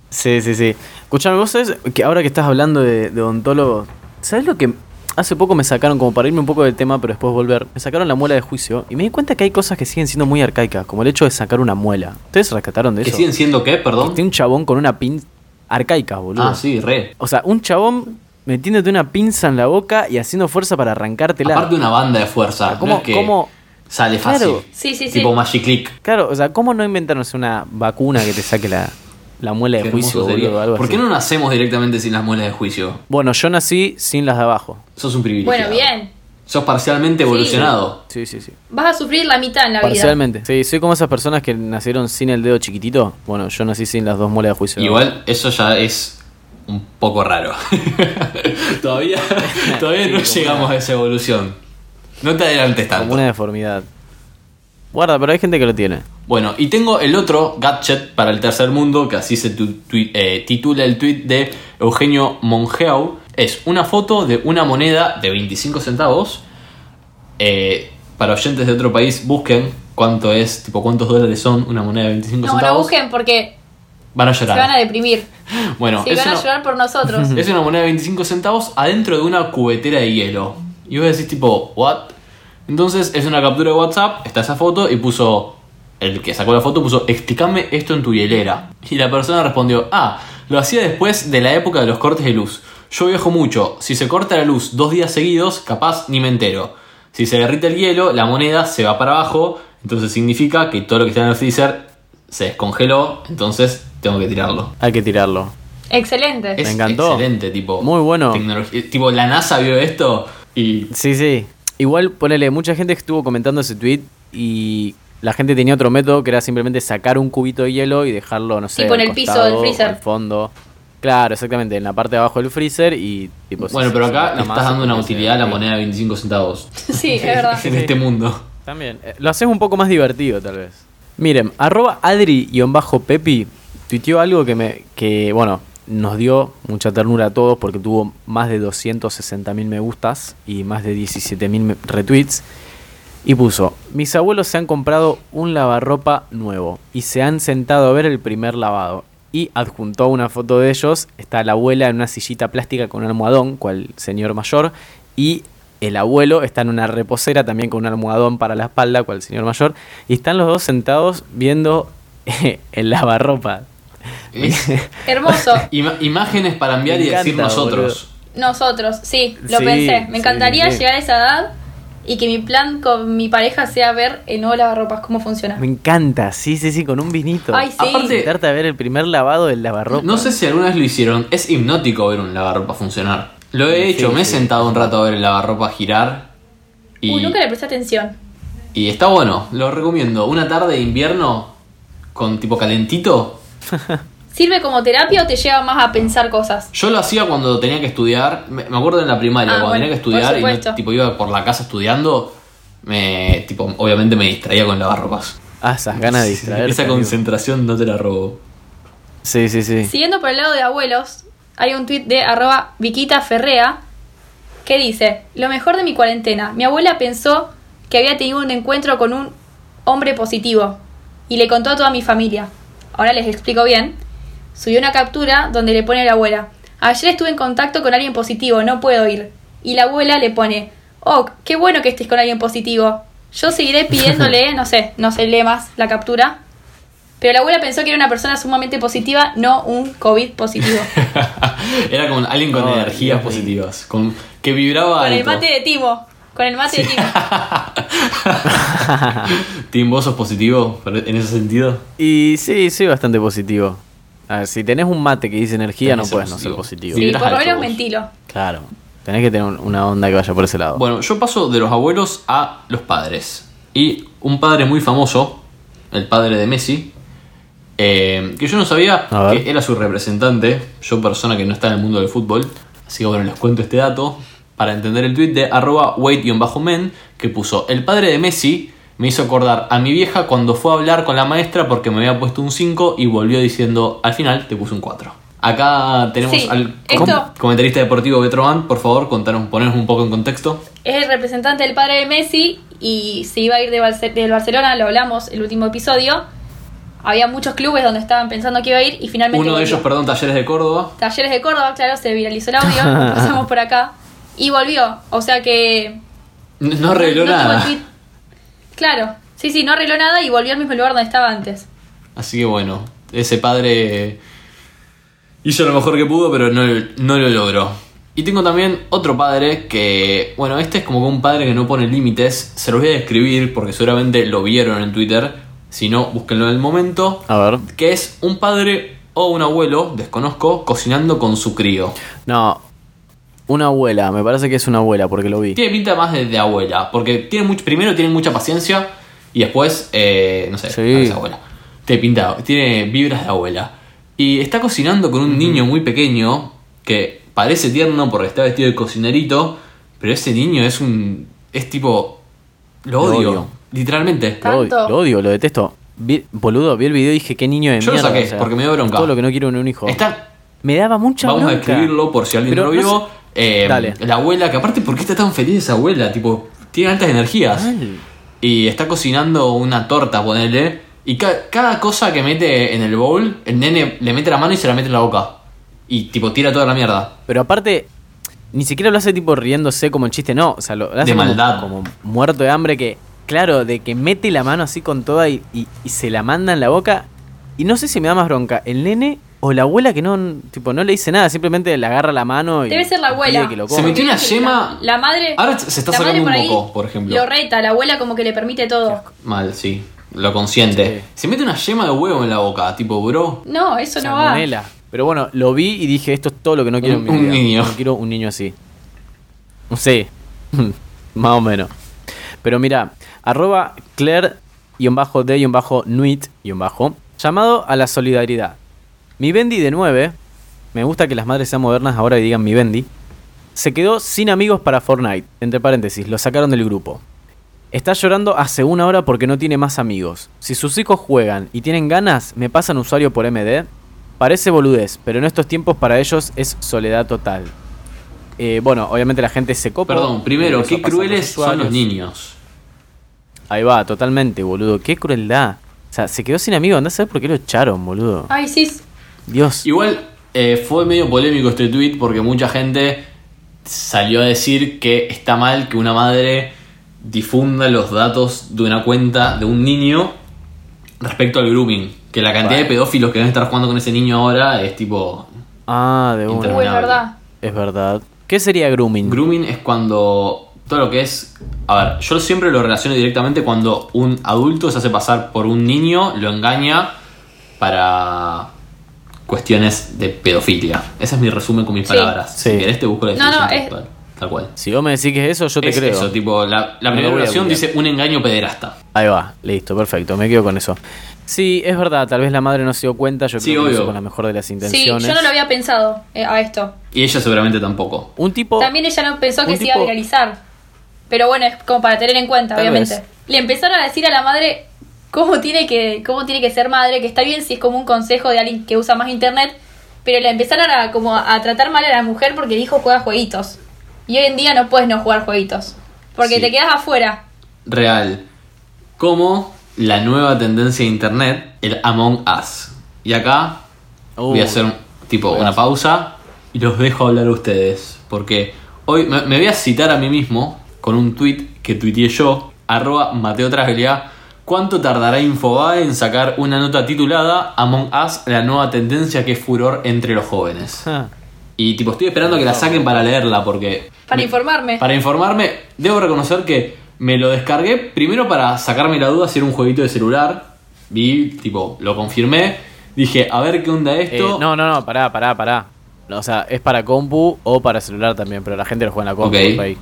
[SPEAKER 5] sí, sí, sí. Escuchame, vos sabés que ahora que estás hablando de, de odontólogos, ¿sabés lo que hace poco me sacaron, como para irme un poco del tema, pero después volver? Me sacaron la muela de juicio y me di cuenta que hay cosas que siguen siendo muy arcaicas, como el hecho de sacar una muela. ¿Ustedes rescataron de
[SPEAKER 4] ¿Que
[SPEAKER 5] eso?
[SPEAKER 4] siguen siendo qué? Perdón.
[SPEAKER 5] Tiene un chabón con una pinza arcaica, boludo.
[SPEAKER 4] Ah, sí, re.
[SPEAKER 5] O sea, un chabón metiéndote una pinza en la boca y haciendo fuerza para arrancártela.
[SPEAKER 4] Aparte una banda de fuerza.
[SPEAKER 5] ¿Cómo-
[SPEAKER 4] no es que
[SPEAKER 5] cómo?
[SPEAKER 4] sale fácil.
[SPEAKER 5] Claro.
[SPEAKER 3] Sí, sí, sí.
[SPEAKER 4] Tipo Magic Click.
[SPEAKER 5] Claro, o sea, ¿cómo no inventarnos una vacuna que te saque la, la muela
[SPEAKER 4] Qué
[SPEAKER 5] de
[SPEAKER 4] hermoso
[SPEAKER 5] juicio,
[SPEAKER 4] sería.
[SPEAKER 5] boludo? o algo
[SPEAKER 4] ¿Por qué
[SPEAKER 5] así?
[SPEAKER 4] no nacemos directamente sin las muelas de juicio?
[SPEAKER 5] Bueno, yo nací sin las de abajo.
[SPEAKER 4] Sos un privilegiado.
[SPEAKER 3] Bueno, bien.
[SPEAKER 4] Sos parcialmente evolucionado.
[SPEAKER 5] Sí, sí, sí.
[SPEAKER 3] Vas a sufrir la mitad en la vida.
[SPEAKER 5] Parcialmente. Sí, soy como esas personas que nacieron sin el dedo chiquitito. Bueno, yo nací sin las dos muelas de juicio.
[SPEAKER 4] Igual eso ya es un poco raro. <laughs>
[SPEAKER 5] <laughs>
[SPEAKER 4] todavía todavía
[SPEAKER 5] Sí,
[SPEAKER 4] no
[SPEAKER 5] como
[SPEAKER 4] llegamos
[SPEAKER 5] una-
[SPEAKER 4] a esa evolución. No te adelantes
[SPEAKER 5] Como
[SPEAKER 4] tanto.
[SPEAKER 5] una deformidad. Guarda, pero hay gente que lo tiene.
[SPEAKER 4] Bueno, y tengo el otro gadget para el tercer mundo, que así se tu- tui- eh, titula el tweet de Eugenio Mongeau. Es una foto de una moneda de 25 centavos. Eh, para oyentes de otro país, busquen cuánto es, tipo cuántos dólares son una moneda de 25
[SPEAKER 3] No,
[SPEAKER 4] centavos.
[SPEAKER 3] no busquen porque
[SPEAKER 4] Van a
[SPEAKER 3] se
[SPEAKER 4] llorar.
[SPEAKER 3] van a deprimir.
[SPEAKER 4] Bueno,
[SPEAKER 3] se
[SPEAKER 4] es
[SPEAKER 3] van a
[SPEAKER 4] una-
[SPEAKER 5] <laughs>
[SPEAKER 3] llorar por nosotros.
[SPEAKER 4] Es una moneda de 25 centavos adentro de una cubetera de hielo. Y vos decís tipo, ¿what? Entonces es una captura de WhatsApp, está esa foto y puso, el que sacó la foto puso, explícame esto en tu hielera. Y la persona respondió, ah, lo hacía después de la época de los cortes de luz. Yo viajo mucho, si se corta la luz dos días seguidos, capaz ni me entero. Si se derrite el hielo, la moneda se va para abajo, entonces significa que todo lo que está en el freezer se descongeló, entonces tengo que tirarlo.
[SPEAKER 5] Hay que tirarlo.
[SPEAKER 3] Excelente.
[SPEAKER 4] Es
[SPEAKER 5] encantó.
[SPEAKER 4] excelente, tipo.
[SPEAKER 5] Muy bueno.
[SPEAKER 4] tecnología- Tipo, la NASA vio esto y
[SPEAKER 5] Sí, sí. Igual, ponele, mucha gente estuvo comentando ese tweet y la gente tenía otro método que era simplemente sacar un cubito de hielo y dejarlo, no sé,
[SPEAKER 3] Tipo en
[SPEAKER 5] al
[SPEAKER 3] el piso
[SPEAKER 5] costado
[SPEAKER 3] del
[SPEAKER 5] o
[SPEAKER 3] freezer.
[SPEAKER 5] Al fondo. Claro, exactamente, en la parte de abajo del freezer y tipo. si
[SPEAKER 4] Bueno,
[SPEAKER 5] se-
[SPEAKER 4] pero
[SPEAKER 5] se
[SPEAKER 4] acá
[SPEAKER 5] mata
[SPEAKER 4] le
[SPEAKER 5] más,
[SPEAKER 4] estás dando una
[SPEAKER 5] entonces,
[SPEAKER 4] utilidad a la
[SPEAKER 5] sí.
[SPEAKER 4] moneda de 25 centavos
[SPEAKER 3] <laughs> Sí,
[SPEAKER 5] <laughs>
[SPEAKER 3] es verdad.
[SPEAKER 4] en este mundo.
[SPEAKER 5] También. eh, Lo haces un poco más divertido, tal vez. Miren, arroba adri-pepi tuiteó algo que, me, que, bueno, nos dio mucha ternura a todos porque tuvo más de 260.000 me gustas y más de 17.000 me- retweets. Y puso, mis abuelos se han comprado un lavarropa nuevo y se han sentado a ver el primer lavado. Y adjuntó una foto de ellos, está la abuela en una sillita plástica con un almohadón, cual señor mayor, y el abuelo está en una reposera también con un almohadón para la espalda, cual señor mayor, y están los dos sentados viendo <laughs> el lavarropa.
[SPEAKER 3] Hermoso.
[SPEAKER 4] Ima- imágenes para enviar
[SPEAKER 5] Me
[SPEAKER 4] y decir
[SPEAKER 5] encanta,
[SPEAKER 4] nosotros.
[SPEAKER 3] Nosotros, sí, lo
[SPEAKER 5] Sí,
[SPEAKER 3] pensé.
[SPEAKER 5] sí,
[SPEAKER 3] Me encantaría
[SPEAKER 5] sí.
[SPEAKER 3] llegar a esa edad y que mi plan con mi pareja sea ver el nuevo lavarropas, cómo funciona.
[SPEAKER 5] Me encanta, sí, sí, sí, con un vinito.
[SPEAKER 3] Ay, sí.
[SPEAKER 4] Aparte-
[SPEAKER 5] Sentarte a ver el primer lavado del lavarropa.
[SPEAKER 4] No sé si alguna vez lo hicieron. Es hipnótico ver un lavarropa funcionar. Lo he
[SPEAKER 5] Sí,
[SPEAKER 4] hecho, me he
[SPEAKER 5] sí.
[SPEAKER 4] sentado un rato a ver el lavarropa girar. Y,
[SPEAKER 3] Uy, Uh, nunca le presté atención.
[SPEAKER 4] y está bueno, lo recomiendo. Una tarde de invierno con tipo calentito.
[SPEAKER 3] ¿Sirve como terapia o te lleva más a pensar cosas?
[SPEAKER 4] Yo lo hacía cuando tenía que estudiar. Me me acuerdo en la primaria,
[SPEAKER 3] Ah,
[SPEAKER 4] cuando
[SPEAKER 3] bueno,
[SPEAKER 4] tenía que
[SPEAKER 3] por
[SPEAKER 4] estudiar y no,
[SPEAKER 3] supuesto.
[SPEAKER 4] tipo, iba por la casa estudiando. Me, tipo, obviamente me distraía con lavarropas.
[SPEAKER 5] Ah, esas ganas de
[SPEAKER 4] Sí,
[SPEAKER 5] distraerte.
[SPEAKER 4] Esa
[SPEAKER 5] amigo.
[SPEAKER 4] concentración no te la robo.
[SPEAKER 5] Sí, sí, sí.
[SPEAKER 3] Siguiendo por el lado de abuelos, hay un tuit de arroba Viquita Ferrea que dice, lo mejor de mi cuarentena, mi abuela pensó que había tenido un encuentro con un hombre positivo y le contó a toda mi familia. Ahora les explico bien. Subió una captura donde le pone a la abuela, ayer estuve en contacto con alguien positivo, no puedo ir. Y la abuela le pone, oh, qué bueno que estés con alguien positivo. Yo seguiré pidiéndole, no sé, no se lee más la captura. Pero la abuela pensó que era una persona sumamente positiva, no un COVID
[SPEAKER 4] <laughs>
[SPEAKER 3] positivo.
[SPEAKER 4] Era como alguien con
[SPEAKER 5] Ay,
[SPEAKER 4] energías
[SPEAKER 5] Dios mío.
[SPEAKER 4] positivas, con, que vibraba
[SPEAKER 3] Con el
[SPEAKER 4] alto.
[SPEAKER 3] mate de Timo. Con el mate de Timo.
[SPEAKER 4] <laughs> Tim, vos sos positivo pero en ese sentido.
[SPEAKER 5] Y sí, soy bastante positivo. A ver, si tenés un mate que dice energía,
[SPEAKER 4] Tenés
[SPEAKER 5] no
[SPEAKER 4] que ser
[SPEAKER 5] puedes no ser positivo.
[SPEAKER 4] Sí.
[SPEAKER 3] Sí,
[SPEAKER 4] Vibras
[SPEAKER 3] por lo
[SPEAKER 4] alto
[SPEAKER 3] menos
[SPEAKER 4] vos.
[SPEAKER 3] mentilo.
[SPEAKER 5] Claro. Tenés que tener un- una onda que vaya por ese lado.
[SPEAKER 4] Bueno, yo paso de los abuelos a los padres. Y un padre muy famoso, el padre de Messi, eh, que yo no sabía
[SPEAKER 5] A ver.
[SPEAKER 4] que era su representante, yo persona que no está en el mundo del fútbol. Así que bueno, les cuento este dato para entender el tweet de arroba wait-men que puso, el padre de Messi me hizo acordar a mi vieja cuando fue a hablar con la maestra porque me había puesto un 5 y volvió diciendo, al final te puse un 4. Acá tenemos
[SPEAKER 3] Sí,
[SPEAKER 4] al
[SPEAKER 3] esto-
[SPEAKER 4] com- comentarista deportivo Betroman, por favor, contanos, ponernos un poco en contexto.
[SPEAKER 3] Es el representante del padre de Messi y se iba a ir de Barce- del Barcelona, lo hablamos el último episodio. Había muchos clubes donde estaban pensando que iba a ir y finalmente.
[SPEAKER 4] Uno de
[SPEAKER 3] volvió.
[SPEAKER 4] ellos, perdón, Talleres de Córdoba.
[SPEAKER 3] Talleres de Córdoba, claro, se viralizó el audio,
[SPEAKER 4] <laughs>
[SPEAKER 3] lo pasamos por acá. Y volvió. O sea que.
[SPEAKER 4] N- No arregló
[SPEAKER 3] tuvo
[SPEAKER 4] nada.
[SPEAKER 3] tuit- Claro, sí, sí, no arregló nada y volvió al mismo lugar donde estaba antes.
[SPEAKER 4] Así que bueno, ese padre eh, hizo lo mejor que pudo, pero no, no lo logró. Y tengo también otro padre que, bueno, este es como que un padre que no pone límites. Se los voy a describir porque seguramente lo vieron en Twitter. Si no, búsquenlo en el momento.
[SPEAKER 5] A ver.
[SPEAKER 4] Que es un padre o un abuelo, desconozco, cocinando con su crío.
[SPEAKER 5] No. Una abuela, me parece que es una abuela porque lo vi.
[SPEAKER 4] Tiene pinta más de, de abuela, porque tiene mucho, primero tiene mucha paciencia y después, eh, no sé,
[SPEAKER 5] Sí.
[SPEAKER 4] a veces abuela. Tiene pinta, tiene vibras de abuela. Y está cocinando con un niño muy pequeño que parece tierno porque está vestido de cocinerito, pero ese niño es un. es tipo. lo
[SPEAKER 5] Lo
[SPEAKER 4] odio,
[SPEAKER 5] odio.
[SPEAKER 4] literalmente.
[SPEAKER 5] Lo odio,
[SPEAKER 3] Tanto.
[SPEAKER 5] lo odio, lo detesto. Vi- boludo, vi el video y dije qué niño de
[SPEAKER 4] Yo lo
[SPEAKER 5] mierda.
[SPEAKER 4] saqué, porque me dio bronca.
[SPEAKER 5] Todo lo que no quiero en un hijo.
[SPEAKER 4] Está,
[SPEAKER 5] Me daba mucha
[SPEAKER 4] vamos a
[SPEAKER 5] bronca.
[SPEAKER 4] escribirlo por si alguien
[SPEAKER 5] Pero
[SPEAKER 4] no lo vio.
[SPEAKER 5] sé-
[SPEAKER 4] eh,
[SPEAKER 5] Dale.
[SPEAKER 4] la abuela, que aparte, ¿por qué está tan feliz esa abuela? Tipo, tiene altas energías.
[SPEAKER 5] Mal.
[SPEAKER 4] Y está cocinando una torta, ponele. Y ca- cada cosa que mete en el bowl, el nene le mete la mano y se la mete en la boca. Y tipo, tira toda la mierda.
[SPEAKER 5] Pero aparte, Ni siquiera lo hace tipo riéndose como en chiste, no. O sea, lo hace
[SPEAKER 4] De
[SPEAKER 5] como-
[SPEAKER 4] maldad.
[SPEAKER 5] Como muerto de hambre que, claro, de que mete la mano así con toda y, y- y se la manda en la boca. Y no sé si me da más bronca, el nene o la abuela que no, tipo, no le dice nada, simplemente le agarra la mano y.
[SPEAKER 3] Debe ser la
[SPEAKER 5] y
[SPEAKER 3] abuela.
[SPEAKER 5] pide que lo
[SPEAKER 4] Se
[SPEAKER 5] coma.
[SPEAKER 4] metió una yema-
[SPEAKER 3] La, la madre.
[SPEAKER 4] Ahora se está
[SPEAKER 3] Eh, la madre
[SPEAKER 4] sacando un
[SPEAKER 3] por ahí
[SPEAKER 4] moco, por ejemplo.
[SPEAKER 3] Lo reta, la abuela como que le permite todo.
[SPEAKER 4] Mal, sí. Lo consciente.
[SPEAKER 5] Sí.
[SPEAKER 4] Se mete una yema de huevo en la boca, tipo, bro.
[SPEAKER 3] No, eso no va.
[SPEAKER 5] Salmonela. Pero bueno, lo vi y dije, esto es todo lo que no quiero
[SPEAKER 4] Un-
[SPEAKER 5] en mi
[SPEAKER 4] un
[SPEAKER 5] vida.
[SPEAKER 4] niño.
[SPEAKER 5] No quiero un niño así. Sí. <laughs> Más o menos. Pero mira, arroba Claire y un bajo D y un bajo Nuit y un bajo. Llamado a la solidaridad. Mi Bendy de 9. Me gusta que las madres sean modernas ahora y digan mi Bendy. Se quedó sin amigos para Fortnite. Entre paréntesis, lo sacaron del grupo. Está llorando hace una hora porque no tiene más amigos. Si sus hijos juegan y tienen ganas, me pasan usuario por MD. Parece boludez, pero en estos tiempos para ellos es soledad total. Eh, bueno, obviamente la gente se copa.
[SPEAKER 4] Perdón, primero,
[SPEAKER 5] Empezó a
[SPEAKER 4] qué
[SPEAKER 5] pasar los
[SPEAKER 4] crueles son los
[SPEAKER 5] usuarios.
[SPEAKER 4] niños.
[SPEAKER 5] Ahí va, totalmente, boludo. Qué crueldad. O sea, se quedó sin amigos. Andá a saber por qué lo echaron, boludo.
[SPEAKER 3] Ay, sí.
[SPEAKER 5] Dios.
[SPEAKER 4] Igual eh, fue medio polémico este tweet porque mucha gente salió a decir que está mal que una madre difunda los datos de una cuenta de un niño respecto al grooming. Que la cantidad de
[SPEAKER 5] Bueno.
[SPEAKER 4] pedófilos que deben estar jugando con ese niño ahora es tipo.
[SPEAKER 5] Ah, de
[SPEAKER 3] Uy, es
[SPEAKER 5] una.
[SPEAKER 4] Interminable.
[SPEAKER 3] verdad.
[SPEAKER 5] Es verdad. ¿Qué sería grooming?
[SPEAKER 4] Grooming es cuando todo lo que es. A ver, yo siempre lo relaciono directamente cuando un adulto se hace pasar por un niño, lo engaña para cuestiones de pedofilia. Ese es mi resumen con mis
[SPEAKER 3] Sí.
[SPEAKER 4] palabras.
[SPEAKER 5] Sí.
[SPEAKER 4] Si querés, te busco la
[SPEAKER 3] No,
[SPEAKER 4] definición
[SPEAKER 3] no, es-
[SPEAKER 4] actual, tal cual.
[SPEAKER 5] si vos me decís que es eso, yo te
[SPEAKER 4] es
[SPEAKER 5] creo.
[SPEAKER 4] eso, tipo, la, la
[SPEAKER 5] No
[SPEAKER 4] primera
[SPEAKER 5] lo voy a
[SPEAKER 4] oración
[SPEAKER 5] googlear.
[SPEAKER 4] dice un engaño pederasta.
[SPEAKER 5] Ahí va, listo, perfecto, me quedo con eso. Sí, es verdad, tal vez la madre no se dio cuenta, yo
[SPEAKER 4] Sí,
[SPEAKER 5] creo que lo
[SPEAKER 4] obvio.
[SPEAKER 5] hizo con la mejor de las
[SPEAKER 3] Sí,
[SPEAKER 5] intenciones.
[SPEAKER 3] yo no lo había pensado eh, a esto.
[SPEAKER 4] Y ella seguramente tampoco.
[SPEAKER 5] Un tipo...
[SPEAKER 3] También ella no pensó
[SPEAKER 5] un
[SPEAKER 3] que se iba a
[SPEAKER 5] tipo-
[SPEAKER 3] viralizar. Pero bueno, es como para tener en cuenta,
[SPEAKER 5] Tal
[SPEAKER 3] obviamente.
[SPEAKER 5] vez.
[SPEAKER 3] Le empezaron a decir a la madre cómo tiene que cómo tiene que ser madre, que está bien si es como un consejo de alguien que usa más internet, pero la empezaron a como a tratar mal a la mujer porque dijo juega jueguitos. Y hoy en día no puedes no jugar jueguitos, porque
[SPEAKER 4] Sí.
[SPEAKER 3] te quedas afuera.
[SPEAKER 4] Real. Como la nueva tendencia de internet, el Among Us. Y acá voy a
[SPEAKER 5] Uh,
[SPEAKER 4] hacer tipo una pausa y los dejo hablar a ustedes. Porque hoy me, me voy a citar a mí mismo con un tweet que tuiteé yo, arroba Mateo Traglia. ¿Cuánto tardará Infobae en sacar una nota titulada Among Us, la nueva tendencia que es furor entre los jóvenes?
[SPEAKER 5] ah,
[SPEAKER 4] Y tipo, estoy esperando que la saquen para leerla porque...
[SPEAKER 3] Para
[SPEAKER 4] me-
[SPEAKER 3] informarme.
[SPEAKER 4] Para informarme, debo reconocer que me lo descargué primero para sacarme la duda si era un jueguito de celular. Vi, tipo, lo confirmé. Dije, a ver qué onda
[SPEAKER 5] eh,
[SPEAKER 4] esto.
[SPEAKER 5] no, no, no, pará, pará, pará. No, O sea, es para compu o para celular también, pero la gente lo juega en la compu.
[SPEAKER 4] Ok.
[SPEAKER 5] por ahí.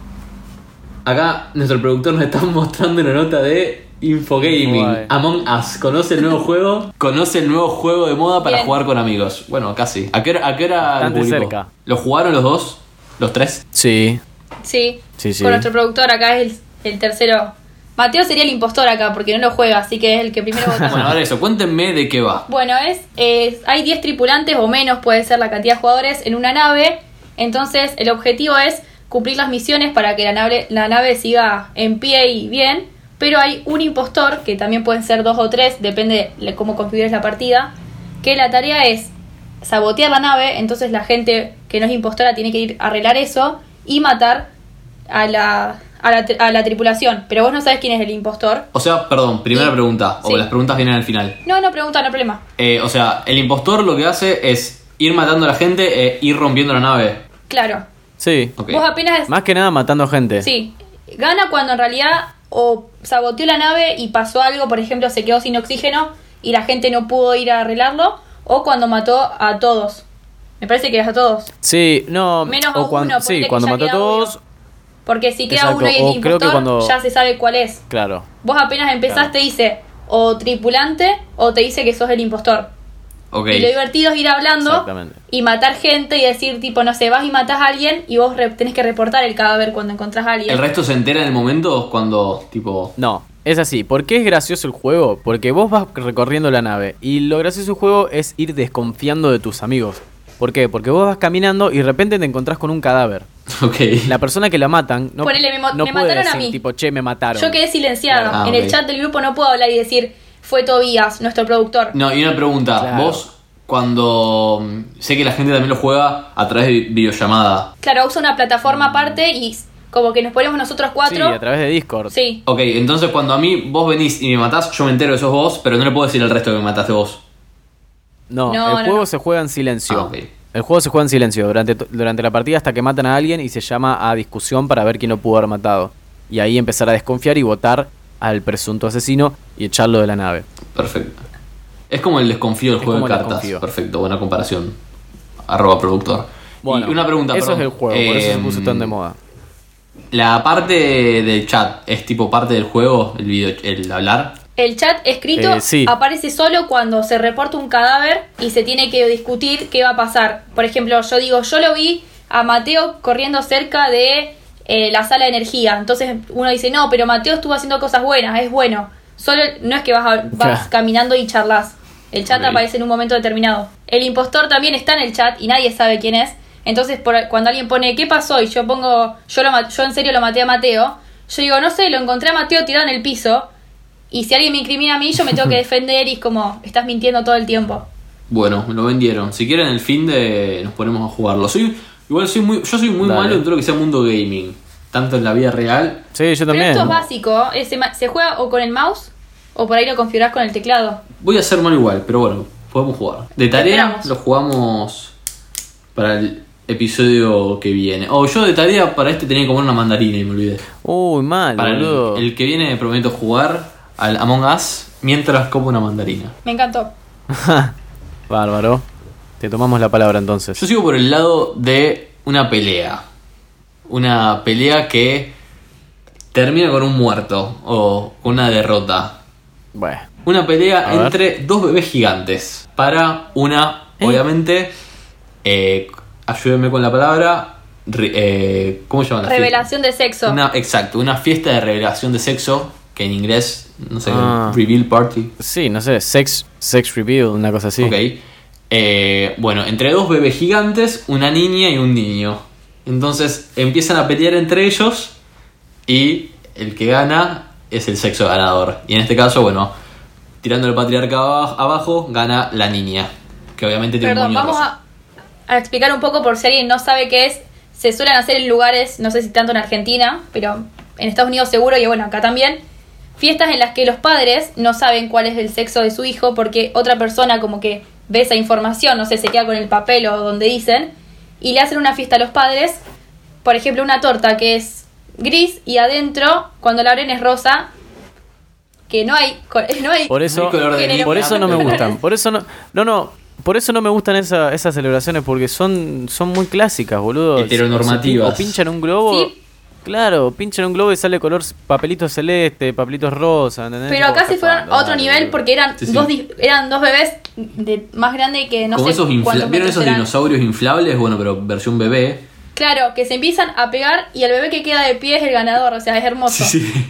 [SPEAKER 4] Acá nuestro productor nos está <laughs> mostrando una nota de Infogaming.
[SPEAKER 5] Guay.
[SPEAKER 4] Among Us. ¿Conoce el nuevo juego? <laughs> Conoce el nuevo juego de moda para
[SPEAKER 3] Bien.
[SPEAKER 4] jugar con amigos. Bueno, casi. ¿A qué hora, a qué hora lo
[SPEAKER 5] Bastante
[SPEAKER 4] publicó?
[SPEAKER 5] cerca.
[SPEAKER 4] ¿Lo jugaron los dos? ¿Los tres?
[SPEAKER 5] <laughs> Sí,
[SPEAKER 3] Sí.
[SPEAKER 5] Sí, sí.
[SPEAKER 3] Con nuestro productor acá es el, el tercero. Mateo sería el impostor acá porque no lo juega, así que es el que primero vota.
[SPEAKER 5] <laughs>
[SPEAKER 4] Bueno, ahora eso, cuéntenme de qué va.
[SPEAKER 3] Bueno, es, es- hay 10 tripulantes o menos puede ser la cantidad de jugadores en una nave. Entonces, el objetivo es cumplir las misiones para que la nave, la nave siga en pie y bien. Pero hay un impostor, que también pueden ser dos o tres, depende de cómo configures la partida, que la tarea es sabotear la nave, entonces la gente que no es impostora tiene que ir a arreglar eso y matar a la, a la, tri- a la tripulación. Pero vos no sabes quién es el impostor.
[SPEAKER 4] O sea, perdón, primera
[SPEAKER 3] Sí.
[SPEAKER 4] pregunta, o
[SPEAKER 3] Sí.
[SPEAKER 4] las preguntas vienen al final.
[SPEAKER 3] No, no pregunta, no problema.
[SPEAKER 4] Eh, o sea, el impostor lo que hace es ir matando a la gente e ir rompiendo la nave.
[SPEAKER 3] Claro.
[SPEAKER 5] sí.
[SPEAKER 4] Ok.
[SPEAKER 3] Vos apenas
[SPEAKER 5] Más que nada matando gente.
[SPEAKER 3] Sí, gana cuando en realidad o saboteó la nave y pasó algo, por ejemplo, se quedó sin oxígeno y la gente no pudo ir a arreglarlo, o cuando mató a todos. Me parece que era a todos.
[SPEAKER 5] Sí, no.
[SPEAKER 3] Menos
[SPEAKER 5] o
[SPEAKER 3] a
[SPEAKER 5] cuan-
[SPEAKER 3] uno,
[SPEAKER 5] Sí,
[SPEAKER 3] ponele
[SPEAKER 5] cuando
[SPEAKER 3] que ya
[SPEAKER 5] mató a
[SPEAKER 3] queda
[SPEAKER 5] todos,
[SPEAKER 3] uno. Porque si queda
[SPEAKER 5] Exacto,
[SPEAKER 3] uno y el
[SPEAKER 5] o creo que
[SPEAKER 3] impostor,
[SPEAKER 5] cuando-
[SPEAKER 3] ya se sabe cuál es.
[SPEAKER 5] claro.
[SPEAKER 3] Vos apenas empezaste, dice o tripulante o te dice que sos el impostor.
[SPEAKER 4] Ok.
[SPEAKER 3] Y lo divertido es ir hablando
[SPEAKER 5] Exactamente.
[SPEAKER 3] y matar gente y decir, tipo, no sé, vas y matas a alguien y vos re- tenés que reportar el cadáver cuando encontrás a alguien.
[SPEAKER 4] El resto se entera en el momento cuando, tipo... <laughs>
[SPEAKER 5] No, es así. ¿Por qué es gracioso el juego? Porque vos vas recorriendo la nave y lo gracioso del juego es ir desconfiando de tus amigos. ¿Por qué? Porque vos vas caminando y de repente te encontrás con un cadáver.
[SPEAKER 4] Ok.
[SPEAKER 5] La persona que la matan no,
[SPEAKER 3] Ponele, me mo-
[SPEAKER 5] no
[SPEAKER 3] me
[SPEAKER 5] puede
[SPEAKER 3] mataron a
[SPEAKER 5] decir,
[SPEAKER 3] mí.
[SPEAKER 5] tipo, che, me mataron.
[SPEAKER 3] Yo quedé silenciado.
[SPEAKER 4] Claro. Ah,
[SPEAKER 3] en
[SPEAKER 4] ok.
[SPEAKER 5] Mm.
[SPEAKER 3] el chat del grupo no puedo hablar y decir, fue Tobías, nuestro productor.
[SPEAKER 4] No, y una pregunta.
[SPEAKER 5] Claro.
[SPEAKER 4] ¿Vos cuando mm, sé que la gente también lo juega a través de videollamada.
[SPEAKER 3] Claro, usa una plataforma aparte y s- como que nos ponemos nosotros
[SPEAKER 5] Mm. Sí,
[SPEAKER 3] cuatro.
[SPEAKER 5] a través de Discord.
[SPEAKER 3] Sí.
[SPEAKER 4] Ok, entonces cuando a mí vos venís y me matás, yo me entero de sos vos, pero no le puedo decir al resto que me mataste vos.
[SPEAKER 5] No,
[SPEAKER 3] No, no,
[SPEAKER 5] el juego
[SPEAKER 3] no.
[SPEAKER 5] se juega en silencio.
[SPEAKER 4] Ah, ok.
[SPEAKER 5] El juego se juega en silencio durante, to- durante la partida hasta que matan a alguien y se llama a discusión para ver quién lo pudo haber matado. Y ahí empezar a desconfiar y votar al presunto asesino y echarlo de la nave.
[SPEAKER 4] Perfecto. Es como el desconfío del
[SPEAKER 5] Es
[SPEAKER 4] juego de
[SPEAKER 5] como el
[SPEAKER 4] cartas.
[SPEAKER 5] desconfío.
[SPEAKER 4] Perfecto, buena comparación. Arroba productor.
[SPEAKER 5] Bueno,
[SPEAKER 4] y una pregunta,
[SPEAKER 5] Eso
[SPEAKER 4] perdón.
[SPEAKER 5] es el juego, por eso se
[SPEAKER 4] Em,
[SPEAKER 5] puso tan de moda.
[SPEAKER 4] La parte del chat es tipo parte del juego, el video, el hablar.
[SPEAKER 3] El chat escrito
[SPEAKER 5] Eh, sí.
[SPEAKER 3] aparece solo cuando se reporta un cadáver y se tiene que discutir qué va a pasar. Por ejemplo, yo digo, yo lo vi a Mateo corriendo cerca de eh, la sala de energía. Entonces uno dice, no, pero Mateo estuvo haciendo cosas buenas, es bueno. Solo no es que vas, a- vas
[SPEAKER 5] Claro.
[SPEAKER 3] caminando y charlas. El chat
[SPEAKER 4] Ok.
[SPEAKER 3] aparece en un momento determinado. El impostor también está en el chat y nadie sabe quién es. Entonces, por- cuando alguien pone, ¿qué pasó? Y yo pongo, yo, lo, ma- yo en serio lo maté a Mateo. Yo digo, no sé, lo encontré a Mateo tirado en el piso. Y si alguien me incrimina a mí, yo me tengo que defender y es como, estás mintiendo todo el tiempo.
[SPEAKER 4] Bueno, lo vendieron. Si quieren el fin de nos ponemos a jugarlo. Soy igual soy muy yo soy muy
[SPEAKER 5] Dale.
[SPEAKER 4] malo en todo lo que sea mundo gaming, tanto en la vida real.
[SPEAKER 5] Sí, yo
[SPEAKER 3] Pero
[SPEAKER 5] también.
[SPEAKER 3] esto es básico, eh, se, ma- se juega o con el mouse o por ahí lo configurás con el teclado.
[SPEAKER 4] Voy a ser malo igual, pero bueno, podemos jugar. De tarea
[SPEAKER 3] Esperamos.
[SPEAKER 4] lo jugamos para el episodio que viene. O yo de tarea para este tenía que comer una mandarina y me olvidé.
[SPEAKER 5] Uy, mal,
[SPEAKER 4] Para el,
[SPEAKER 5] boludo.
[SPEAKER 4] el que viene prometo jugar al Among Us mientras como una mandarina.
[SPEAKER 3] Me encantó.
[SPEAKER 5] Bárbaro. Te tomamos la palabra entonces.
[SPEAKER 4] Yo sigo por el lado de una pelea. Una pelea que termina con un muerto o con una derrota.
[SPEAKER 5] Bueno.
[SPEAKER 4] Una pelea
[SPEAKER 5] A ver.
[SPEAKER 4] entre dos bebés gigantes. Para una, obviamente, eh, ayúdenme con la palabra. re- eh, ¿Cómo se llama la fiesta?
[SPEAKER 3] Revelación de sexo.
[SPEAKER 4] Una, exacto, una fiesta de revelación de sexo. Que en inglés, no sé,
[SPEAKER 5] Ah.
[SPEAKER 4] reveal party.
[SPEAKER 5] Sí, no sé, sex, sex reveal, una cosa así.
[SPEAKER 4] Ok. Eh, bueno, entre dos bebés gigantes, una niña y un niño. Entonces empiezan a pelear entre ellos y el que gana es el sexo ganador. Y en este caso, bueno, tirando el patriarca aba- abajo, gana la niña. Que obviamente tiene un
[SPEAKER 3] Perdón,
[SPEAKER 4] moño
[SPEAKER 3] vamos
[SPEAKER 4] rosa.
[SPEAKER 3] a, a explicar un poco por si alguien no sabe qué es. Se suelen hacer en lugares, no sé si tanto en Argentina, pero en Estados Unidos seguro y bueno, acá también. Fiestas en las que los padres no saben cuál es el sexo de su hijo porque otra persona como que ve esa información, no sé, se queda con el papel o donde dicen, y le hacen una fiesta a los padres, por ejemplo, una torta que es gris y adentro, cuando la abren es rosa, que no hay... co- <laughs> No hay
[SPEAKER 5] Por eso,
[SPEAKER 4] Mi color de
[SPEAKER 3] género.
[SPEAKER 4] niña.
[SPEAKER 5] por eso no me
[SPEAKER 4] pero-
[SPEAKER 5] gustan. Por eso no, no, no, por eso no me gustan esa- esas celebraciones porque son, son muy clásicas, boludo.
[SPEAKER 4] Heteronormativas.
[SPEAKER 5] O pinchan un globo.
[SPEAKER 3] Sí.
[SPEAKER 5] Claro, pinchan un globo y sale color s- papelito celeste, papelitos rosa, ¿entendés?
[SPEAKER 3] Pero
[SPEAKER 5] Tipo,
[SPEAKER 3] acá se fueron
[SPEAKER 5] tapando,
[SPEAKER 3] a otro
[SPEAKER 5] dale,
[SPEAKER 3] nivel
[SPEAKER 5] boludo.
[SPEAKER 3] porque eran
[SPEAKER 4] Sí, sí.
[SPEAKER 3] dos di- eran dos bebés de más grande que no
[SPEAKER 4] Como
[SPEAKER 3] sé
[SPEAKER 4] esos infla-
[SPEAKER 3] cuántos
[SPEAKER 4] ¿Vieron
[SPEAKER 3] metros
[SPEAKER 4] esos
[SPEAKER 3] eran.
[SPEAKER 4] dinosaurios inflables? Bueno, pero versión bebé.
[SPEAKER 3] Claro, que se empiezan a pegar y el bebé que queda de pie es el ganador, o sea, es hermoso.
[SPEAKER 4] Sí. <laughs>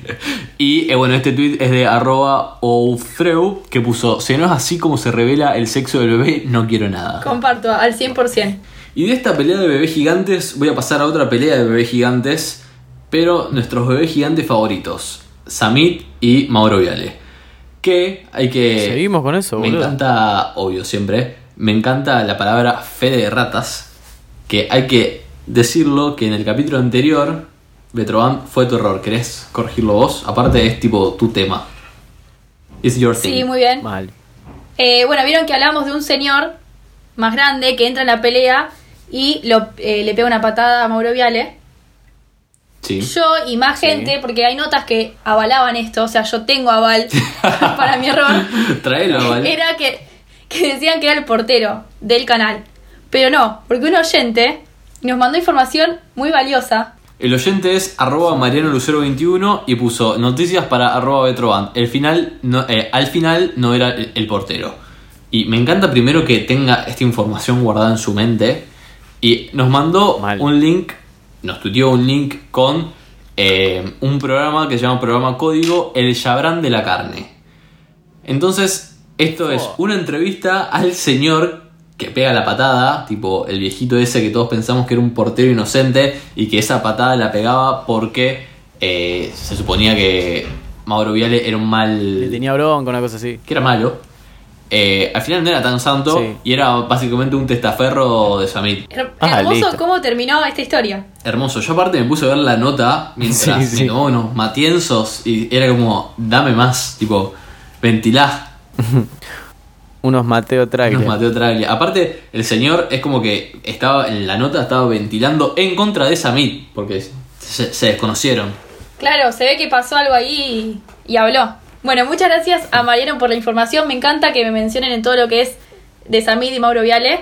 [SPEAKER 4] Y eh, bueno, este tweet es de arroba oufreu que puso, si no es así como se revela el sexo del bebé, no quiero nada.
[SPEAKER 3] Comparto al 100%.
[SPEAKER 4] Y de esta pelea de bebés gigantes voy a pasar a otra pelea de bebés gigantes, pero nuestros bebés gigantes favoritos, Samit y Mauro Viale. Que hay que...
[SPEAKER 5] Seguimos con eso,
[SPEAKER 4] Me
[SPEAKER 5] boludo.
[SPEAKER 4] encanta, obvio siempre, me encanta la palabra fe de ratas, que hay que decirlo que en el capítulo anterior, Betroban fue tu error, ¿querés corregirlo vos? Aparte es tipo tu tema. It's your thing.
[SPEAKER 3] Sí, muy bien.
[SPEAKER 5] Mal.
[SPEAKER 3] Eh, bueno, vieron que hablamos de un señor más grande que entra en la pelea y lo, eh, le pega una patada a Mauro Viale.
[SPEAKER 4] Sí. <laughs>
[SPEAKER 3] Yo y más gente, porque hay notas que avalaban esto, o sea, yo tengo
[SPEAKER 4] <laughs>
[SPEAKER 3] aval para mi error.
[SPEAKER 5] Ah,
[SPEAKER 4] Traelo, ¿vale?
[SPEAKER 3] Era que, que decían que era el portero del canal. Pero no, porque un oyente nos mandó información muy valiosa.
[SPEAKER 4] El oyente es arroba Mariano Lucero 21 y puso noticias para arroba Betroban. El final no, eh, al final no era el, el portero. Y me encanta primero que tenga esta información guardada en su mente. Y nos mandó
[SPEAKER 5] Mal.
[SPEAKER 4] un link, nos tuiteó un link con eh, un programa que se llama programa código El Chabrán de la Carne. Entonces, esto es una entrevista al señor que pega la patada, tipo el viejito ese que todos pensamos que era un portero inocente y que esa patada la pegaba porque eh, se suponía que Mauro Viale era un mal...
[SPEAKER 5] Le tenía bronca, una cosa así.
[SPEAKER 4] que era malo. eh, al final no era tan santo
[SPEAKER 5] Sí.
[SPEAKER 4] y era básicamente un testaferro de Samit.
[SPEAKER 3] Her-
[SPEAKER 5] Ah,
[SPEAKER 3] hermoso
[SPEAKER 5] listo.
[SPEAKER 3] cómo terminó esta historia.
[SPEAKER 4] Hermoso. Yo aparte me puse a ver la nota mientras
[SPEAKER 5] <laughs> Sí, sí.
[SPEAKER 4] me tomaba unos matienzos y era como, dame más, tipo, ventilá.
[SPEAKER 5] Unos Mateo Traglia.
[SPEAKER 4] Nos
[SPEAKER 5] <laughs>
[SPEAKER 4] Mateo Traglia. Aparte, el señor es como que estaba en la nota, estaba ventilando en contra de Samit, porque se, se desconocieron.
[SPEAKER 3] Claro, se ve que pasó algo ahí y, y habló. Bueno, muchas gracias a Mariano por la información. Me encanta que me mencionen en todo lo que es de Samid y Mauro Viale.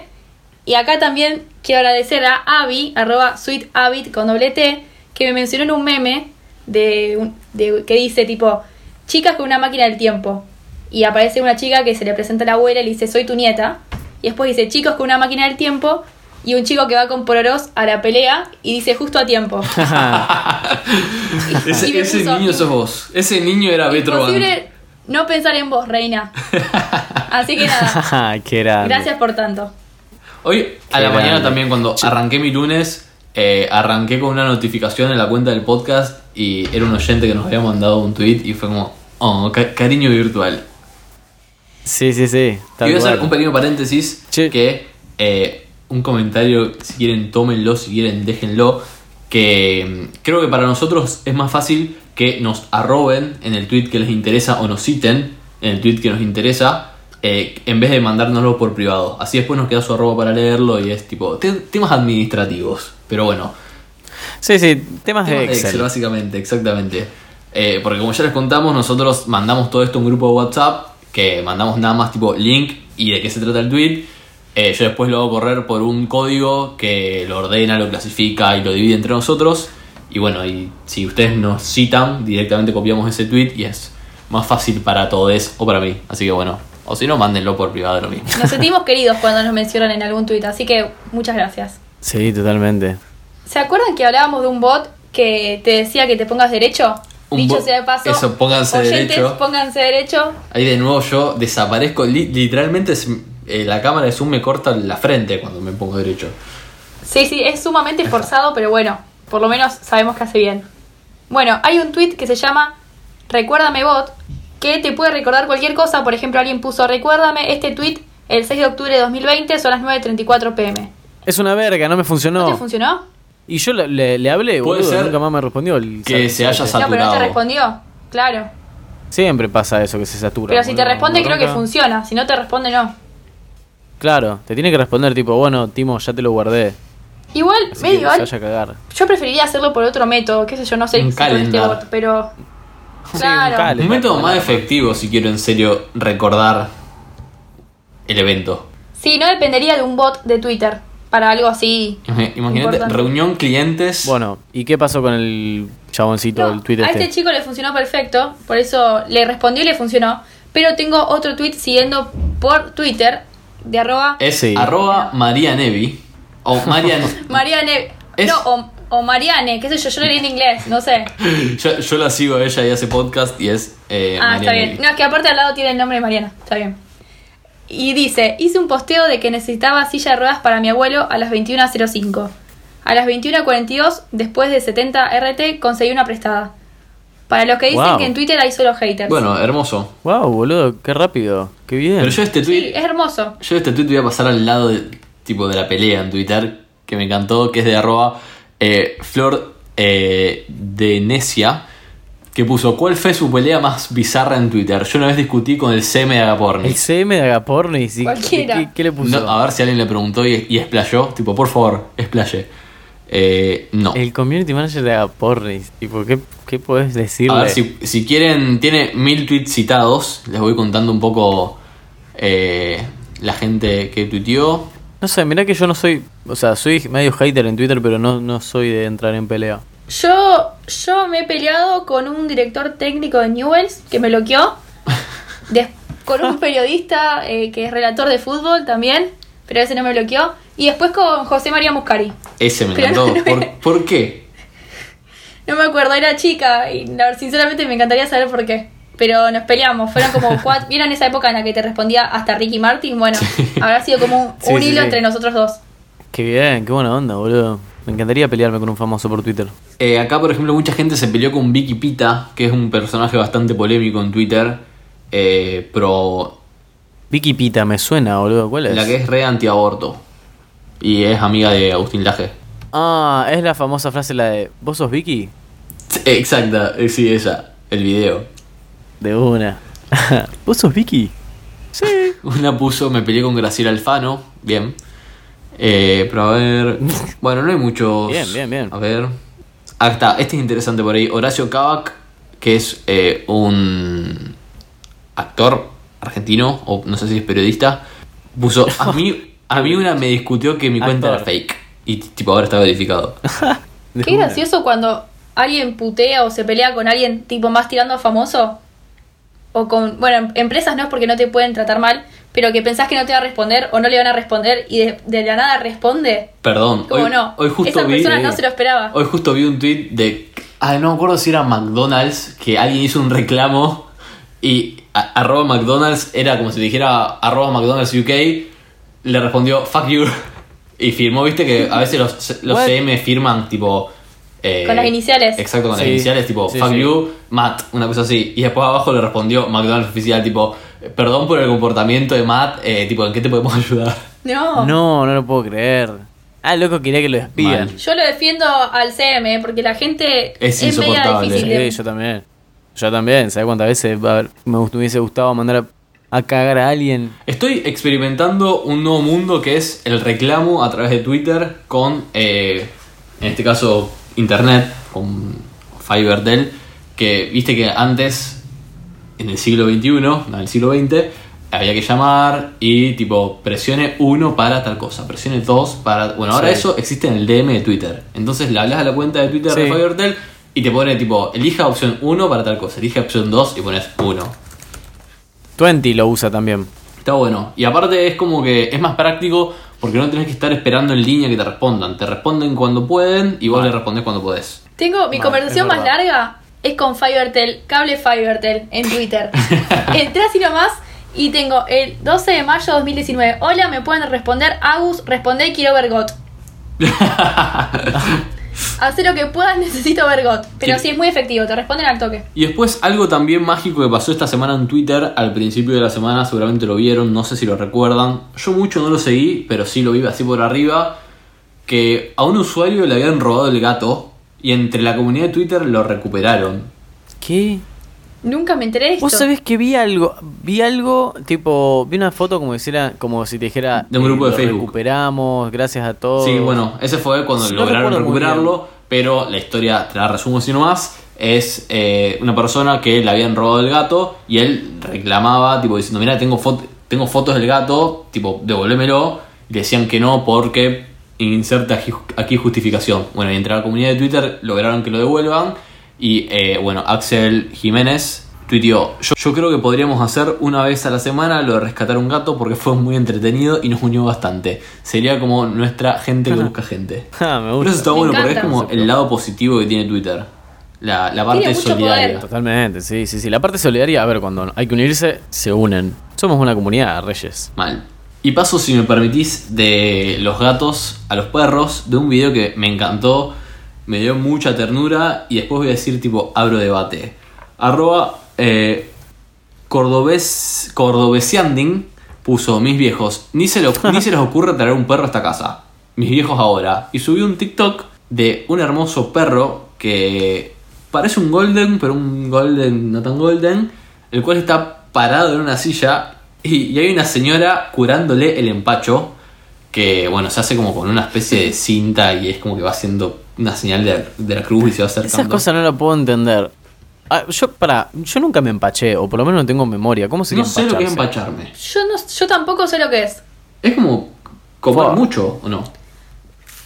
[SPEAKER 3] Y acá también quiero agradecer a Avi, arroba sweetabit con doble T, que me mencionó en un meme de, un- de- que dice tipo, chicas con una máquina del tiempo. Y aparece una chica que se le presenta a la abuela y le dice, soy tu nieta. Y después dice, chicos con una máquina del tiempo. Y un chico que va con Pororos a la pelea y dice, justo a tiempo. Y- y
[SPEAKER 4] Ese,
[SPEAKER 3] me
[SPEAKER 4] ese
[SPEAKER 3] puso-
[SPEAKER 4] niño sos vos. Ese niño era Petro Band.
[SPEAKER 3] Imposible no pensar en vos,
[SPEAKER 4] <laughs>
[SPEAKER 3] reina. Así que nada,
[SPEAKER 5] Ah, Qué grande.
[SPEAKER 3] gracias por tanto.
[SPEAKER 4] Hoy a
[SPEAKER 5] Qué
[SPEAKER 4] la mañana
[SPEAKER 5] grande.
[SPEAKER 4] también, cuando arranqué mi lunes, eh, arranqué con una notificación en la cuenta del podcast y era un oyente que nos había mandado un tweet y fue como, oh, ca- cariño virtual.
[SPEAKER 5] Sí, sí, sí.
[SPEAKER 4] Y
[SPEAKER 5] tal
[SPEAKER 4] voy a hacer
[SPEAKER 5] cual.
[SPEAKER 4] un pequeño paréntesis
[SPEAKER 5] Sí.
[SPEAKER 4] que eh, un comentario, si quieren tómenlo, si quieren déjenlo, que mm, creo que para nosotros es más fácil que nos arroben en el tweet que les interesa o nos citen en el tweet que nos interesa. eh, en vez de mandárnoslo por privado. Así después nos queda su arroba para leerlo y es tipo te- temas administrativos. Pero bueno,
[SPEAKER 5] Sí, sí, temas
[SPEAKER 4] Temas
[SPEAKER 5] de
[SPEAKER 4] de Excel,
[SPEAKER 5] Ah, Excel.
[SPEAKER 4] básicamente, exactamente. Eh, porque como ya les contamos, nosotros mandamos todo esto a un grupo de WhatsApp, que mandamos nada más tipo link y de qué se trata el tweet. Eh, yo después lo hago correr por un código que lo ordena, lo clasifica y lo divide entre nosotros. Y bueno, y si ustedes nos citan, directamente copiamos ese tweet y es más fácil para todos o para mí. Así que bueno, o si no, mándenlo por privado lo mismo.
[SPEAKER 3] Nos sentimos queridos cuando nos mencionan en algún tuit, así que muchas gracias.
[SPEAKER 5] Sí, totalmente.
[SPEAKER 3] ¿Se acuerdan que hablábamos de un bot que te decía que te pongas derecho?
[SPEAKER 4] Un
[SPEAKER 3] Dicho
[SPEAKER 4] bot-
[SPEAKER 3] sea de paso,
[SPEAKER 4] eso, pónganse
[SPEAKER 3] oyentes,
[SPEAKER 4] derecho.
[SPEAKER 3] pónganse derecho.
[SPEAKER 4] Ahí de nuevo yo desaparezco, li- literalmente se- eh, la cámara de Zoom me corta la frente cuando me pongo derecho.
[SPEAKER 3] Sí, sí, es sumamente esforzado, pero bueno, por lo menos sabemos que hace bien. Bueno, hay un tweet que se llama Recuérdame bot, que te puede recordar cualquier cosa. Por ejemplo, alguien puso Recuérdame este tweet el 6 de octubre de 2020, son las 9.34 pm.
[SPEAKER 5] Es una verga, no me funcionó.
[SPEAKER 3] ¿No te funcionó?
[SPEAKER 5] y yo le, le- le hablé,
[SPEAKER 4] Puede
[SPEAKER 5] boludo,
[SPEAKER 4] ser
[SPEAKER 5] nunca más me respondió. el-
[SPEAKER 4] que se haya
[SPEAKER 3] No, pero no te
[SPEAKER 4] Saturado.
[SPEAKER 3] respondió. Claro.
[SPEAKER 5] Siempre pasa eso, que se satura.
[SPEAKER 3] Pero si te
[SPEAKER 5] boludo,
[SPEAKER 3] responde,
[SPEAKER 5] una
[SPEAKER 3] creo que
[SPEAKER 5] bronca.
[SPEAKER 3] funciona. Si no te responde, no.
[SPEAKER 5] Claro, te tiene que responder tipo, bueno, Timo, ya te lo guardé.
[SPEAKER 3] Igual,
[SPEAKER 5] Así que
[SPEAKER 3] medio.
[SPEAKER 5] se vaya a cagar.
[SPEAKER 3] Yo preferiría hacerlo por otro método, qué sé yo, no sé
[SPEAKER 4] Un
[SPEAKER 3] si con este
[SPEAKER 4] calendar.
[SPEAKER 3] bot, pero.
[SPEAKER 5] Sí, un
[SPEAKER 3] Claro.
[SPEAKER 5] cal-
[SPEAKER 4] Un método más efectivo si quiero en serio recordar el evento.
[SPEAKER 3] Sí, no dependería de un bot de Twitter para algo así.
[SPEAKER 4] Imagínate,
[SPEAKER 3] Importante.
[SPEAKER 4] reunión clientes.
[SPEAKER 5] Bueno, ¿y qué pasó con el chaboncito
[SPEAKER 3] No,
[SPEAKER 5] del tweet
[SPEAKER 3] a
[SPEAKER 5] este?
[SPEAKER 3] este chico le funcionó perfecto, por eso le respondió y le funcionó. Pero tengo otro tweet siguiendo por Twitter de arroba
[SPEAKER 4] es
[SPEAKER 5] Sí.
[SPEAKER 4] arroba María Nevi. O Marian.
[SPEAKER 5] <laughs>
[SPEAKER 3] Mariane.
[SPEAKER 4] Es-
[SPEAKER 3] No, o, o Mariane, qué sé yo, yo lo leí en inglés, no sé.
[SPEAKER 5] Eh,
[SPEAKER 4] yo, yo la sigo a ella y hace podcast y es eh,
[SPEAKER 3] Ah,
[SPEAKER 4] María
[SPEAKER 3] está
[SPEAKER 4] Nevi.
[SPEAKER 3] bien. No, es que aparte al lado tiene el nombre de Mariana. Está bien. Y dice, hice un posteo de que necesitaba silla de ruedas para mi abuelo a las 21.05. A las 21.42, después de 70 RT, conseguí una prestada. Para los que dicen
[SPEAKER 5] Wow.
[SPEAKER 3] que en Twitter hay solo haters.
[SPEAKER 4] Bueno, hermoso.
[SPEAKER 5] Wow, boludo, qué rápido, qué bien.
[SPEAKER 4] Pero yo este tweet.
[SPEAKER 3] sí, es hermoso.
[SPEAKER 4] Yo este tweet voy a pasar al lado de, tipo de la pelea en Twitter, que me encantó, que es de arroba eh, Flor eh, de Necia, que puso, ¿cuál fue su pelea más bizarra en Twitter? Yo una vez discutí con el CM de Agaporni.
[SPEAKER 5] El CM de Agaporni, sí,
[SPEAKER 3] Cualquiera.
[SPEAKER 5] ¿qué, qué le puso?
[SPEAKER 4] No, a ver si alguien le preguntó y, y explayó, tipo, por favor, explaye. Eh, no.
[SPEAKER 5] El community manager de Agaporni, tipo, ¿qué, qué podés decirle?
[SPEAKER 4] A ver, si, si quieren, tiene mil tweets citados, les voy contando un poco eh, la gente que tuiteó.
[SPEAKER 5] No sé, mirá que yo no soy, o sea, soy medio hater en Twitter, pero no, no soy de entrar en pelea.
[SPEAKER 3] Yo, yo me he peleado con un director técnico de Newells que me
[SPEAKER 5] <laughs>
[SPEAKER 3] bloqueó. Des- con un periodista eh, que es relator de fútbol también, pero ese no me bloqueó. Y después con José María Muscari.
[SPEAKER 4] Ese me
[SPEAKER 3] Pero
[SPEAKER 4] encantó.
[SPEAKER 3] no, no
[SPEAKER 4] ¿Por-
[SPEAKER 3] es-
[SPEAKER 4] ¿Por qué?
[SPEAKER 3] No me acuerdo, era chica y la- sinceramente me encantaría saber por qué. Pero nos peleamos, fueron
[SPEAKER 5] <laughs>
[SPEAKER 3] como cuatro. ¿Vieron esa época en la que te respondía hasta Ricky Martin? Bueno, habrá sido como un,
[SPEAKER 5] Sí,
[SPEAKER 3] un
[SPEAKER 5] sí,
[SPEAKER 3] hilo
[SPEAKER 5] sí.
[SPEAKER 3] entre nosotros dos.
[SPEAKER 5] Qué bien, qué buena onda, boludo. Me encantaría pelearme con un famoso por Twitter.
[SPEAKER 4] Eh, acá, por ejemplo, mucha gente se peleó con Vicky Pita, que es un personaje bastante polémico en Twitter, eh, pro
[SPEAKER 5] Vicky Pita, me suena, boludo. ¿Cuál es?
[SPEAKER 4] La que es re antiaborto. Y es amiga de Agustín Laje.
[SPEAKER 5] Ah, es la famosa frase la de ¿Vos sos Vicky?
[SPEAKER 4] Exacta, eh, sí, ella. El video.
[SPEAKER 5] De una. <laughs> ¿Vos sos Vicky? Sí.
[SPEAKER 4] <laughs> Una puso, me peleé con Graciela Alfano. Bien. Eh, pero a
[SPEAKER 5] <laughs>
[SPEAKER 4] ver. Bueno, no hay muchos.
[SPEAKER 5] Bien, bien, bien.
[SPEAKER 4] A ver. Ah, está. Este es interesante por ahí. Horacio Cavac, que es eh, un actor argentino, o no sé si es periodista, puso. A
[SPEAKER 5] <laughs>
[SPEAKER 4] mí, a mí una me discutió que mi cuenta
[SPEAKER 5] Actor.
[SPEAKER 4] era fake. Y tipo, ahora está verificado.
[SPEAKER 5] De
[SPEAKER 3] Qué
[SPEAKER 5] una.
[SPEAKER 3] gracioso cuando alguien putea o se pelea con alguien tipo más tirando a famoso. O con, bueno, en- empresas no es porque no te pueden tratar mal, pero que pensás que no te va a responder o no le van a responder y de, de la nada responde.
[SPEAKER 4] Perdón.
[SPEAKER 3] Como
[SPEAKER 4] hoy,
[SPEAKER 3] no,
[SPEAKER 4] hoy justo
[SPEAKER 3] esa
[SPEAKER 4] vi. eh,
[SPEAKER 3] persona no se lo esperaba.
[SPEAKER 4] Hoy justo vi un tweet de. Ah, no me acuerdo si era McDonald's, que alguien hizo un reclamo y a- arroba McDonald's era como si dijera arroba McDonald's UK, le respondió fuck you <laughs> y firmó, viste que a veces los, los
[SPEAKER 5] What?
[SPEAKER 4] CM firman tipo... eh,
[SPEAKER 3] Con las iniciales.
[SPEAKER 4] Exacto, con las
[SPEAKER 5] Sí.
[SPEAKER 4] iniciales, tipo
[SPEAKER 5] Sí,
[SPEAKER 4] fuck
[SPEAKER 5] sí.
[SPEAKER 4] you, Matt, una cosa así. Y después abajo le respondió McDonald's oficial, tipo, perdón por el comportamiento de Matt, eh, tipo, ¿en qué te podemos <laughs> ayudar?
[SPEAKER 3] No.
[SPEAKER 5] No, no lo puedo creer. Ah, loco, quería que lo despidan.
[SPEAKER 4] Mal.
[SPEAKER 3] Yo lo defiendo al CM porque la gente
[SPEAKER 4] Es
[SPEAKER 3] media
[SPEAKER 4] insoportable.
[SPEAKER 3] difícil. de-
[SPEAKER 5] Sí, yo también. Yo también, ¿sabes cuántas veces va a haber- me gust- me hubiese gustado mandar a, a cagar a alguien?
[SPEAKER 4] Estoy experimentando un nuevo mundo que es el reclamo a través de Twitter con, eh, en este caso, Internet, con Fiberdell, que viste que antes, en el siglo XXI, no, en el siglo XX, había que llamar y tipo, presione uno para tal cosa, presione dos para... Bueno, ahora
[SPEAKER 5] Sí.
[SPEAKER 4] eso existe en el DM de Twitter. Entonces le hablas a la cuenta de Twitter de
[SPEAKER 5] Sí.
[SPEAKER 4] Fivertel y te pone tipo, elija opción 1 para tal cosa, elige opción 2 y pones 1.
[SPEAKER 5] Twenty lo usa también.
[SPEAKER 4] Está bueno. Y aparte es como que es más práctico porque no tenés que estar esperando en línea que te respondan. Te responden cuando pueden y vos
[SPEAKER 5] Ah.
[SPEAKER 4] le respondés cuando podés.
[SPEAKER 3] Tengo mi
[SPEAKER 5] Mal,
[SPEAKER 3] conversación
[SPEAKER 5] es
[SPEAKER 3] más
[SPEAKER 5] verdad.
[SPEAKER 3] larga es con Fivertel, cable Fivertel en
[SPEAKER 5] <laughs>
[SPEAKER 3] Twitter. Entré así nomás y tengo el 12 de mayo de 2019. Hola, me pueden responder Agus, responde quiero ver
[SPEAKER 5] <laughs>
[SPEAKER 3] GOT. Hacé lo que puedas, <laughs> necesito ver GOT. Pero
[SPEAKER 4] Sí.
[SPEAKER 3] sí es muy efectivo, te responden al toque.
[SPEAKER 4] Y después algo también mágico que pasó esta semana en Twitter, al principio de la semana seguramente lo vieron, no sé si lo recuerdan. Yo mucho no lo seguí, pero sí lo vi así por arriba, que a un usuario le habían robado el gato y entre la comunidad de Twitter lo recuperaron.
[SPEAKER 5] ¿Qué?
[SPEAKER 3] Nunca me enteré de esto.
[SPEAKER 5] Vos sabés que vi algo, vi algo, tipo, vi una foto como si, era- como si te dijera...
[SPEAKER 4] De un grupo de
[SPEAKER 5] "Lo
[SPEAKER 4] Facebook".
[SPEAKER 5] recuperamos, gracias a todos.
[SPEAKER 4] Sí, bueno, ese fue cuando
[SPEAKER 5] Oh. No
[SPEAKER 4] lograron
[SPEAKER 5] recuerdo muy
[SPEAKER 4] recuperarlo, pero la historia, te la resumo si no más, es eh, una persona que le habían robado el gato y él reclamaba, tipo, diciendo, mira, tengo, fot- tengo fotos del gato, tipo, devolvémelo. Y le decían que no porque inserta aquí, aquí justificación. Bueno, y entre la comunidad de Twitter lograron que lo devuelvan y, eh, bueno, Axel Jiménez... Tuiteó, yo, yo creo que podríamos hacer una vez a la semana lo de rescatar un gato porque fue muy entretenido y nos unió bastante. Sería como nuestra gente que busca gente.
[SPEAKER 5] <laughs> Ah, me
[SPEAKER 4] Pero eso
[SPEAKER 5] gusta.
[SPEAKER 4] está
[SPEAKER 3] Me
[SPEAKER 4] bueno porque es
[SPEAKER 3] encanta.
[SPEAKER 4] como el lado positivo que tiene Twitter. La, la parte
[SPEAKER 3] Tiene mucho
[SPEAKER 4] solidaria.
[SPEAKER 3] poder.
[SPEAKER 5] Totalmente, sí, sí, sí. La parte solidaria, a ver, cuando hay que unirse, se unen. Somos una comunidad, Reyes.
[SPEAKER 4] Mal. Y paso, si me permitís, de los gatos a los perros, de un video que me encantó, me dio mucha ternura y después voy a decir tipo, abro debate. Arroba eh, cordobés, cordobesianding puso, mis viejos, ni se, lo- ni se les ocurre traer un perro a esta casa. Mis viejos ahora. Y subí un TikTok de un hermoso perro que parece un golden, pero un golden no tan golden, el cual está parado en una silla y, y hay una señora curándole el empacho que, bueno, se hace como con una especie de cinta y es como que va haciendo una señal de, de la cruz y se va acercando.
[SPEAKER 5] Esas cosas no las puedo entender. Ah, yo, para, yo nunca me empaché, o por lo menos no tengo memoria. ¿Cómo sería
[SPEAKER 4] no sé lo que es
[SPEAKER 5] empacharse?
[SPEAKER 4] empacharme.
[SPEAKER 3] Yo, no, yo tampoco sé lo que es.
[SPEAKER 4] Es como comer
[SPEAKER 5] Fua.
[SPEAKER 4] mucho, ¿o no?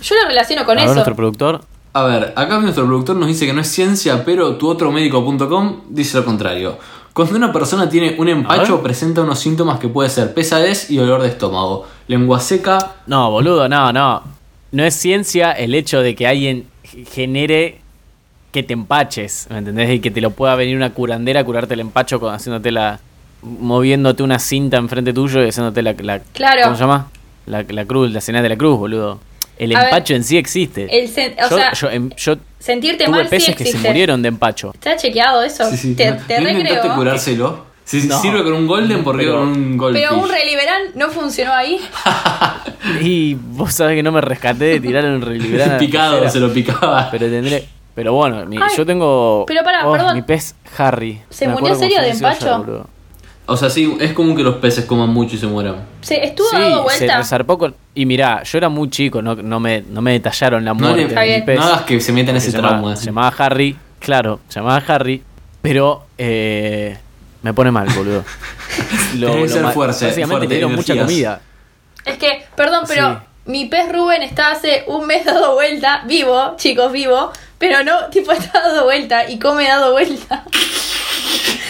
[SPEAKER 3] Yo lo relaciono con
[SPEAKER 5] A ver,
[SPEAKER 3] eso.
[SPEAKER 5] nuestro productor.
[SPEAKER 4] A ver, acá nuestro productor nos dice que no es ciencia, pero tuotromédico.com dice lo contrario. Cuando una persona tiene un
[SPEAKER 5] A
[SPEAKER 4] empacho,
[SPEAKER 5] ver.
[SPEAKER 4] presenta unos síntomas que puede ser pesadez y olor de estómago, lengua seca,
[SPEAKER 5] No, boludo, no, no. No es ciencia el hecho de que alguien g- genere que te empaches, ¿me entendés? Y que te lo pueda venir una curandera a curarte el empacho con, haciéndote la. moviéndote una cinta enfrente tuyo y haciéndote la. la-
[SPEAKER 3] Claro.
[SPEAKER 5] ¿Cómo se llama? La, la cruz, la señal de la cruz, boludo. El
[SPEAKER 3] A ver,
[SPEAKER 5] empacho en sí existe.
[SPEAKER 3] el sen- o
[SPEAKER 5] yo,
[SPEAKER 3] sea,
[SPEAKER 5] yo, em- yo
[SPEAKER 3] Sentirte
[SPEAKER 5] tuve
[SPEAKER 3] mal sí
[SPEAKER 5] peces que se
[SPEAKER 3] existe.
[SPEAKER 5] murieron de empacho.
[SPEAKER 3] ¿Está chequeado eso?
[SPEAKER 4] Sí, sí.
[SPEAKER 3] Te,
[SPEAKER 4] ¿No-
[SPEAKER 3] te
[SPEAKER 4] no intentaste
[SPEAKER 3] recreo.
[SPEAKER 4] curárselo? Si
[SPEAKER 5] No.
[SPEAKER 4] sirve con un golden, ¿por qué
[SPEAKER 5] Pero-
[SPEAKER 4] con un golden?
[SPEAKER 3] Pero un reliberán no funcionó ahí.
[SPEAKER 5] Y vos sabés que no me rescaté de tirar
[SPEAKER 4] <laughs>
[SPEAKER 5] un reliberán. a la
[SPEAKER 4] Picado,
[SPEAKER 5] tercera.
[SPEAKER 4] se lo picaba.
[SPEAKER 5] Pero tendré. Pero bueno, mi-
[SPEAKER 3] Ay,
[SPEAKER 5] yo tengo.
[SPEAKER 3] pero pará,
[SPEAKER 5] oh,
[SPEAKER 3] perdón.
[SPEAKER 5] Mi pez Harry.
[SPEAKER 3] ¿Se
[SPEAKER 5] Me
[SPEAKER 3] murió
[SPEAKER 5] acuerdo
[SPEAKER 3] serio
[SPEAKER 5] cómo
[SPEAKER 3] de
[SPEAKER 5] se llama,
[SPEAKER 3] empacho?
[SPEAKER 5] boludo.
[SPEAKER 4] O sea, sí, es común que los peces coman mucho y se mueran.
[SPEAKER 3] Se estuvo
[SPEAKER 5] sí,
[SPEAKER 3] dando
[SPEAKER 5] se
[SPEAKER 3] vuelta.
[SPEAKER 5] resarpó con. Y mirá, yo era muy chico, no, no, me, no me detallaron
[SPEAKER 4] No,
[SPEAKER 5] la muerte.
[SPEAKER 4] le,
[SPEAKER 5] de
[SPEAKER 3] Está
[SPEAKER 5] mi
[SPEAKER 3] bien.
[SPEAKER 5] pez.
[SPEAKER 4] no hagas que se metan ese
[SPEAKER 5] se llamaba-
[SPEAKER 4] trauma.
[SPEAKER 5] se llamaba Harry, claro, se llamaba Harry, pero eh, me pone mal,
[SPEAKER 4] <laughs>
[SPEAKER 5] boludo.
[SPEAKER 4] Tenés que ser
[SPEAKER 5] ma-
[SPEAKER 4] fuerte,
[SPEAKER 5] Básicamente
[SPEAKER 4] fuerte,
[SPEAKER 5] me dieron mucha
[SPEAKER 4] energías.
[SPEAKER 5] comida.
[SPEAKER 3] Es que, perdón, pero mi pez Rubén está hace un mes dado vuelta, vivo, chicos, vivo, pero no, <laughs> tipo está dado vuelta y come dado vuelta.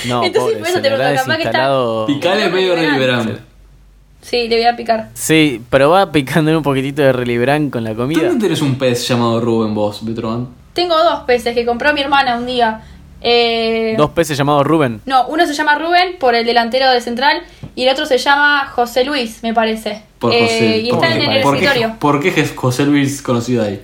[SPEAKER 5] No,
[SPEAKER 3] Entonces,
[SPEAKER 5] pobre,
[SPEAKER 3] por eso
[SPEAKER 5] se
[SPEAKER 3] te
[SPEAKER 5] le habrá
[SPEAKER 3] pregunto, capaz que está-
[SPEAKER 5] desinstalado-
[SPEAKER 4] Picale medio reliberante.
[SPEAKER 3] Sí, le voy a picar.
[SPEAKER 5] Sí, pero va picándole un poquitito de relibrán con la
[SPEAKER 4] ¿Tú
[SPEAKER 5] comida.
[SPEAKER 4] no tenés un pez llamado Rubén vos, Betroban?
[SPEAKER 3] Tengo dos peces que compró mi hermana un día. Eh,
[SPEAKER 5] Dos peces llamados Rubén.
[SPEAKER 3] No, uno se llama Rubén por el delantero de Central y el otro se llama José Luis, me parece.
[SPEAKER 4] Por
[SPEAKER 3] Eh,
[SPEAKER 4] José.
[SPEAKER 3] y
[SPEAKER 4] ¿Por
[SPEAKER 3] está
[SPEAKER 4] qué?
[SPEAKER 3] en el
[SPEAKER 4] ¿Por qué-
[SPEAKER 3] escritorio.
[SPEAKER 4] ¿Por qué es José Luis conocido ahí?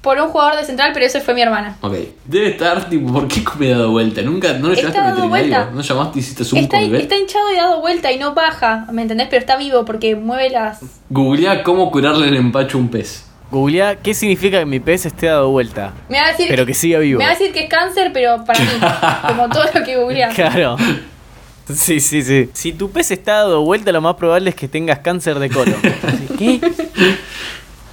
[SPEAKER 3] Por un jugador de Central, pero ese fue mi hermana.
[SPEAKER 4] Ok. Debe estar, tipo, ¿por qué me he dado vuelta? ¿Nunca no lo
[SPEAKER 3] Está
[SPEAKER 4] llevaste al
[SPEAKER 3] dado
[SPEAKER 4] veterinario?
[SPEAKER 3] vuelta.
[SPEAKER 4] ¿No llamaste y hiciste un
[SPEAKER 3] Está,
[SPEAKER 4] nivel?
[SPEAKER 3] está hinchado y dado vuelta y no baja, ¿me entendés? Pero está vivo porque mueve las...
[SPEAKER 4] Googleá cómo curarle el empacho a un pez.
[SPEAKER 5] Googleá, ¿qué significa que mi pez esté dado vuelta?
[SPEAKER 3] Me va a decir
[SPEAKER 5] Pero que siga vivo.
[SPEAKER 3] Me va a decir que es cáncer, pero para mí,
[SPEAKER 5] <laughs>
[SPEAKER 3] como todo lo que googleas.
[SPEAKER 5] Claro. Sí, sí, sí. Si tu pez está dado vuelta, lo más probable es que tengas cáncer de colon. ¿Qué?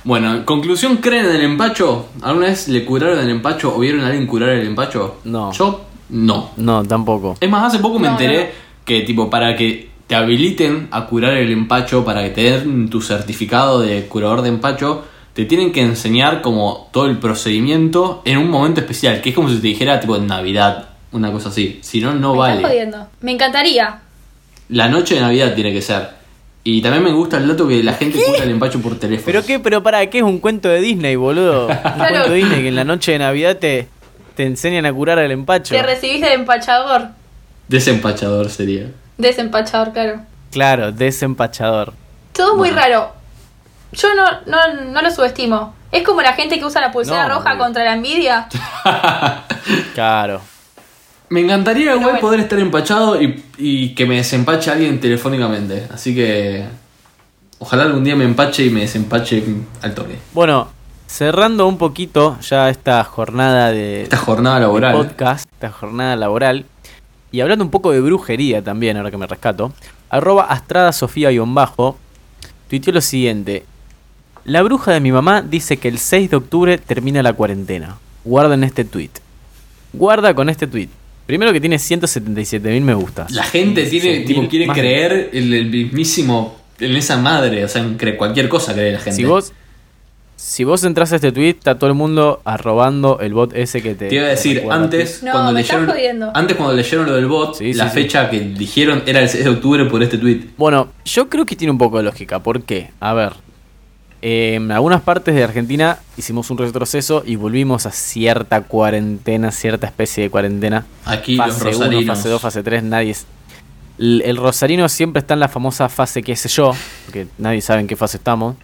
[SPEAKER 4] Bueno, en conclusión, ¿creen en el empacho? ¿Alguna vez le curaron el empacho o vieron a alguien curar el empacho?
[SPEAKER 5] No.
[SPEAKER 4] Yo, no.
[SPEAKER 5] No, tampoco.
[SPEAKER 4] Es más, hace poco me
[SPEAKER 3] No,
[SPEAKER 4] enteré
[SPEAKER 3] no.
[SPEAKER 4] que, tipo, para que te habiliten a curar el empacho, para que te den tu certificado de curador de empacho, te tienen que enseñar como todo el procedimiento en un momento especial, que es como si te dijera, tipo, en Navidad, una cosa así. Si no, no
[SPEAKER 3] me
[SPEAKER 4] vale.
[SPEAKER 3] estás jodiendo. Me encantaría.
[SPEAKER 4] La noche de Navidad tiene que ser. Y también me gusta el dato que la gente cura el empacho por teléfono.
[SPEAKER 5] ¿Pero qué? ¿Pero para qué? Es un cuento de Disney, boludo. Un cuento de Disney que en la noche de Navidad te, te enseñan a curar el empacho.
[SPEAKER 3] Te recibiste de empachador.
[SPEAKER 4] Desempachador sería.
[SPEAKER 3] Desempachador, claro.
[SPEAKER 5] Claro, desempachador.
[SPEAKER 3] Todo es muy raro. Yo no, no, no lo subestimo. Es como la gente que usa la pulsera
[SPEAKER 5] No,
[SPEAKER 3] roja
[SPEAKER 5] boludo.
[SPEAKER 3] contra la
[SPEAKER 5] <laughs>
[SPEAKER 3] envidia.
[SPEAKER 5] Claro.
[SPEAKER 4] Me encantaría igual
[SPEAKER 3] bueno.
[SPEAKER 4] poder estar empachado y, y que me desempache alguien telefónicamente. Así que. Ojalá algún día me empache y me desempache al toque.
[SPEAKER 5] Bueno, cerrando un poquito ya esta jornada de,
[SPEAKER 4] Esta jornada laboral.
[SPEAKER 5] podcast, esta jornada laboral. Y hablando un poco de brujería también, ahora que me rescato. Arroba Astrada Sofía guión bajo. Tuiteó lo siguiente. La bruja de mi mamá dice que el 6 de octubre termina la cuarentena. Guarden este tweet. Guarda con este tweet. Primero que tiene 177.000 me gustas.
[SPEAKER 4] La gente tiene,
[SPEAKER 5] 16.000
[SPEAKER 4] tipo, quiere
[SPEAKER 5] más.
[SPEAKER 4] creer en el mismísimo. En esa madre. O sea, en cre- cualquier cosa cree la gente.
[SPEAKER 5] Si vos, si vos entras a este tweet, está todo el mundo arrobando el bot ese que te...
[SPEAKER 4] Te iba a decir,
[SPEAKER 5] recuerda a ti.
[SPEAKER 4] antes,
[SPEAKER 3] No,
[SPEAKER 4] cuando
[SPEAKER 3] me estás
[SPEAKER 4] leyeron,
[SPEAKER 3] jodiendo.
[SPEAKER 4] antes cuando leyeron lo del bot,
[SPEAKER 5] Sí, sí,
[SPEAKER 4] la
[SPEAKER 5] sí.
[SPEAKER 4] fecha que dijeron era el 6 de octubre por este tweet.
[SPEAKER 5] Bueno, yo creo que tiene un poco de lógica. ¿Por qué? A ver. eh, en algunas partes de Argentina hicimos un retroceso y volvimos a cierta cuarentena, cierta especie de cuarentena.
[SPEAKER 4] Aquí los
[SPEAKER 5] fase 1,
[SPEAKER 4] rosarinos.
[SPEAKER 5] fase 2, fase 3, nadie... es- El, el rosarino siempre está en la famosa fase qué sé yo, porque nadie sabe en qué fase estamos.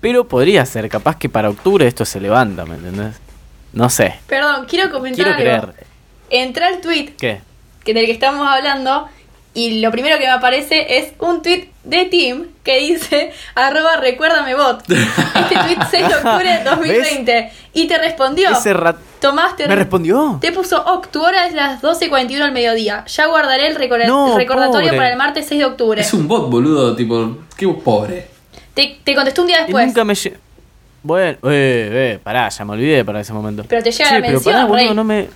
[SPEAKER 5] Pero podría ser, capaz que para octubre esto se levanta, ¿me entendés? No sé.
[SPEAKER 3] Perdón, quiero comentar
[SPEAKER 5] Quiero
[SPEAKER 3] algo.
[SPEAKER 5] creer.
[SPEAKER 3] Entré al tweet
[SPEAKER 5] ¿Qué?
[SPEAKER 3] que del que estamos hablando y lo primero que me aparece es un tweet de Tim que dice <laughs> arroba recuérdame bot.
[SPEAKER 5] <laughs>
[SPEAKER 3] Este tweet 6 de octubre de 2020. Y te respondió.
[SPEAKER 5] Ese rat...
[SPEAKER 3] Tomás te
[SPEAKER 5] ¿Me respondió?
[SPEAKER 3] Te puso, Oc, tu hora es las 12.41 al mediodía. Ya guardaré el recor-
[SPEAKER 5] No,
[SPEAKER 3] recordatorio
[SPEAKER 5] pobre.
[SPEAKER 3] para el martes 6 de octubre.
[SPEAKER 4] Es un bot, boludo, tipo, qué pobre.
[SPEAKER 3] Te, te contestó un día
[SPEAKER 5] Y
[SPEAKER 3] después.
[SPEAKER 5] nunca me lle- Bueno, eh, eh, pará, ya me olvidé para ese momento.
[SPEAKER 3] Pero te llega la
[SPEAKER 5] pero
[SPEAKER 3] mención,
[SPEAKER 5] pará, boludo,
[SPEAKER 3] rey.
[SPEAKER 5] no me.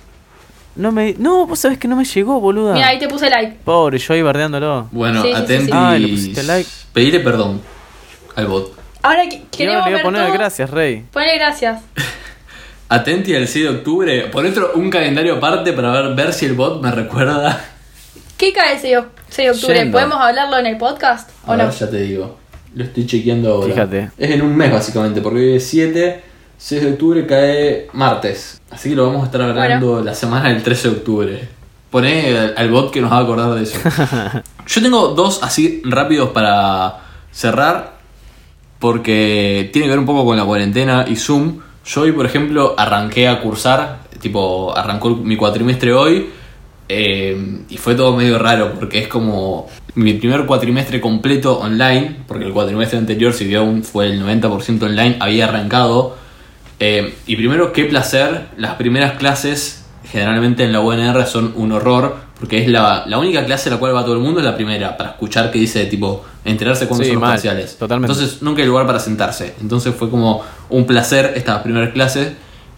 [SPEAKER 5] No me. No, vos sabés que no me llegó, boluda.
[SPEAKER 3] Mira, ahí te puse like.
[SPEAKER 5] Pobre, yo ahí bardeándolo.
[SPEAKER 4] Bueno,
[SPEAKER 3] Sí, sí, sí,
[SPEAKER 4] atentis.
[SPEAKER 3] sí.
[SPEAKER 5] Ah, le pusiste like.
[SPEAKER 4] Pedile perdón al bot.
[SPEAKER 3] Ahora que-
[SPEAKER 5] Y ahora
[SPEAKER 3] queremos
[SPEAKER 5] le voy
[SPEAKER 3] ver
[SPEAKER 5] a poner
[SPEAKER 3] todo.
[SPEAKER 5] gracias, Rey.
[SPEAKER 3] Ponle gracias.
[SPEAKER 4] Atenti al 6 de octubre. Por otro, un calendario aparte para ver, ver si el bot me recuerda.
[SPEAKER 3] ¿Qué cae el 6 de, 6 de octubre?
[SPEAKER 5] Yendo.
[SPEAKER 3] ¿Podemos hablarlo en el podcast o
[SPEAKER 4] A ver,
[SPEAKER 3] no?
[SPEAKER 4] ya te digo. Lo estoy chequeando ahora.
[SPEAKER 5] Fíjate.
[SPEAKER 4] Es en un mes, básicamente, porque hoy es 7. 6 de octubre cae martes. Así que lo vamos a estar hablando la semana del 13 de octubre. Poné al al bot que nos va a acordar de
[SPEAKER 5] <laughs>
[SPEAKER 4] eso. Yo tengo dos así rápidos para cerrar. Porque tiene que ver un poco con la cuarentena y Zoom. Yo hoy, por ejemplo, arranqué a cursar. Tipo, arrancó mi cuatrimestre hoy. Eh, y fue todo medio raro porque es como mi primer cuatrimestre completo online, porque el cuatrimestre anterior, si bien fue el 90% online, había arrancado. Eh, y primero, qué placer, las primeras clases generalmente en la UNR son un horror, porque es la, la única clase a la cual va todo el mundo, es la primera, para escuchar qué dice, tipo, enterarse cuándo
[SPEAKER 5] Sí,
[SPEAKER 4] son los
[SPEAKER 5] mal,
[SPEAKER 4] parciales.
[SPEAKER 5] totalmente.
[SPEAKER 4] Entonces, nunca hay lugar para sentarse. Entonces fue como un placer estas primeras clases.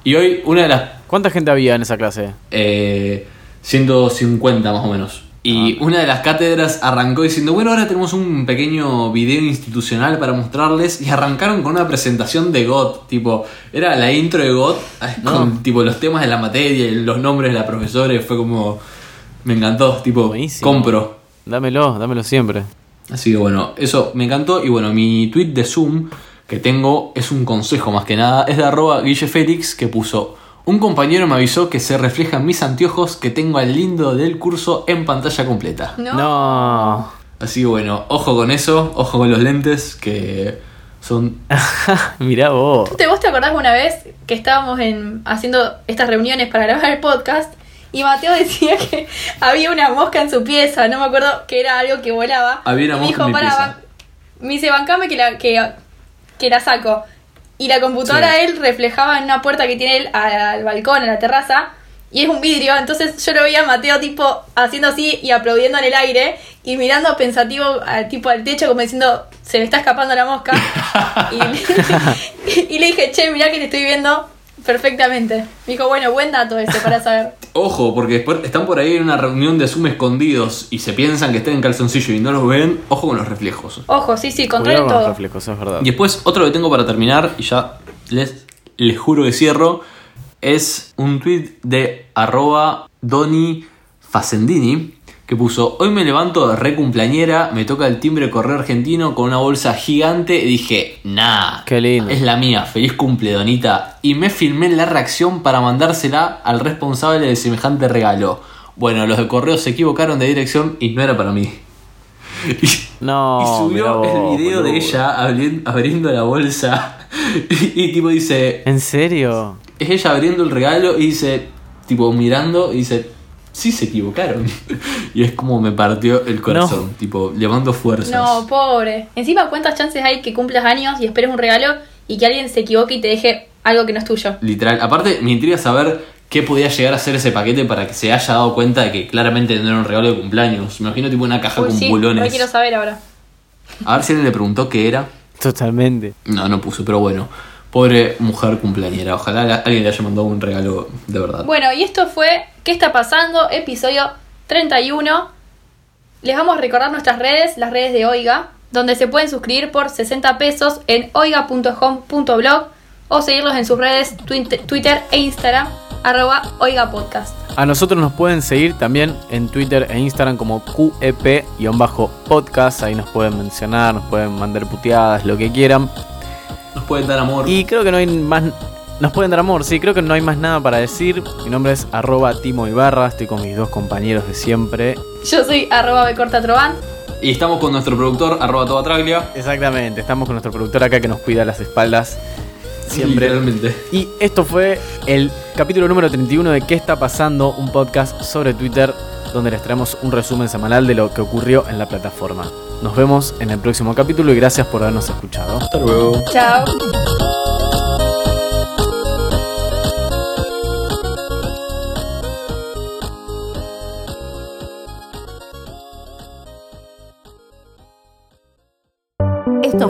[SPEAKER 4] Y hoy, una de las
[SPEAKER 5] ¿Cuánta gente había en esa clase?
[SPEAKER 4] eh, 150 más o menos. Y una de las cátedras arrancó diciendo, bueno, ahora tenemos un pequeño video institucional para mostrarles. Y arrancaron con una presentación de GOT, tipo, era la intro de GOT, ah, con tipo los temas de la materia y los nombres de la profesora. Y fue como, me encantó, tipo,
[SPEAKER 5] Buenísimo.
[SPEAKER 4] compro.
[SPEAKER 5] Dámelo, dámelo siempre.
[SPEAKER 4] Así que bueno, eso me encantó. Y bueno, mi tweet de Zoom que tengo es un consejo más que nada. Es de arroba Guille Félix que puso. Un compañero me avisó que se reflejan mis anteojos que tengo al lindo del curso en pantalla completa.
[SPEAKER 3] No.
[SPEAKER 5] No. <laughs>
[SPEAKER 4] Así que bueno, ojo con eso, ojo con los lentes que son...
[SPEAKER 5] Mirá vos.
[SPEAKER 3] ¿Te, ¿Vos te acordás una vez que estábamos en, haciendo estas reuniones para grabar el podcast y Mateo <laughs> decía que había una mosca en su pieza? No me acuerdo que era algo que volaba.
[SPEAKER 4] Había una
[SPEAKER 3] y
[SPEAKER 4] mosca en mi
[SPEAKER 3] "Pará,
[SPEAKER 4] pieza".
[SPEAKER 3] ban- Me dice, bancame que la, que, que la saco. Y la computadora
[SPEAKER 4] Sí.
[SPEAKER 3] de él reflejaba en una puerta que tiene él a- al balcón, a la terraza. Y es un vidrio, entonces yo lo veía a Mateo tipo haciendo así y aplaudiendo en el aire y mirando pensativo a- tipo al techo como diciendo, se me está escapando la
[SPEAKER 4] <laughs>
[SPEAKER 3] mosca. y, le, <laughs> y le dije, che, mirá que te estoy viendo perfectamente. Me dijo, bueno, buen dato ese para saber.
[SPEAKER 4] Ojo, porque después están por ahí en una reunión de Zoom escondidos y se piensan que están en calzoncillo y no los ven, ojo con los reflejos.
[SPEAKER 3] Ojo, sí, sí,
[SPEAKER 5] Cuidado
[SPEAKER 3] controlen
[SPEAKER 5] con los
[SPEAKER 3] todo.
[SPEAKER 5] reflejos, eso es verdad.
[SPEAKER 4] Y después, otro que tengo para terminar, y ya les, les juro que cierro, es un tweet de arroba Doni Facendini que puso, hoy me levanto de re cumpleañera, me toca el timbre correo argentino con una bolsa gigante y dije, nah,
[SPEAKER 5] Qué lindo.
[SPEAKER 4] es la mía, feliz cumple Donita. Y me filmé la reacción para mandársela al responsable de semejante regalo. Bueno, los de correo se equivocaron de dirección y no era para mí. <laughs>
[SPEAKER 5] No.
[SPEAKER 4] Y
[SPEAKER 5] mirá
[SPEAKER 4] subió
[SPEAKER 5] vos,
[SPEAKER 4] el video de
[SPEAKER 5] boludo.
[SPEAKER 4] ella abri- abriendo la bolsa. <laughs> Y, y tipo dice,
[SPEAKER 5] ¿En serio?
[SPEAKER 4] es ella abriendo el regalo y dice, tipo mirando y dice, sí se equivocaron. <laughs> Y es como me partió el corazón, tipo, le mando fuerzas.
[SPEAKER 3] No, pobre. Encima, ¿cuántas chances hay que cumplas años y esperes un regalo y que alguien se equivoque y te deje algo que no es tuyo?
[SPEAKER 4] Literal. Aparte, me intriga saber qué podía llegar a ser ese paquete para que se haya dado cuenta de que claramente no era un regalo de cumpleaños. Me imagino tipo una caja
[SPEAKER 3] Uy,
[SPEAKER 4] con
[SPEAKER 3] sí, no
[SPEAKER 4] bulones.
[SPEAKER 3] quiero saber ahora.
[SPEAKER 4] A ver si alguien le preguntó qué era.
[SPEAKER 5] Totalmente.
[SPEAKER 4] No, no puso, pero bueno. Pobre mujer cumpleañera. Ojalá la- alguien le haya mandado un regalo de verdad.
[SPEAKER 3] Bueno, y esto fue ¿Qué está pasando? Episodio 31. Les vamos a recordar nuestras redes, las redes de Oiga, donde se pueden suscribir por 60 pesos en oiga.home.blog o seguirlos en sus redes Twin- Twitter e Instagram, arroba Oiga Podcast.
[SPEAKER 5] A nosotros nos pueden seguir también en Twitter e Instagram como E QEP-podcast. Ahí nos pueden mencionar, nos pueden mandar puteadas, lo que quieran.
[SPEAKER 4] Nos pueden dar amor.
[SPEAKER 5] Y creo que no hay más. Nos pueden dar amor, sí, creo que no hay más nada para decir. Mi nombre es arroba Timo Ibarra, estoy con mis dos compañeros de siempre.
[SPEAKER 3] Yo soy arroba becortatroban.
[SPEAKER 4] Y estamos con nuestro productor, arroba toda traglia.
[SPEAKER 5] Exactamente, estamos con nuestro productor acá que nos cuida las espaldas siempre.
[SPEAKER 4] Literalmente.
[SPEAKER 5] Y esto fue el capítulo número 31 de ¿Qué está pasando? Un podcast sobre Twitter donde les traemos un resumen semanal de lo que ocurrió en la plataforma. Nos vemos en el próximo capítulo y gracias por habernos escuchado.
[SPEAKER 4] Hasta luego.
[SPEAKER 3] Chao.
[SPEAKER 1] Esto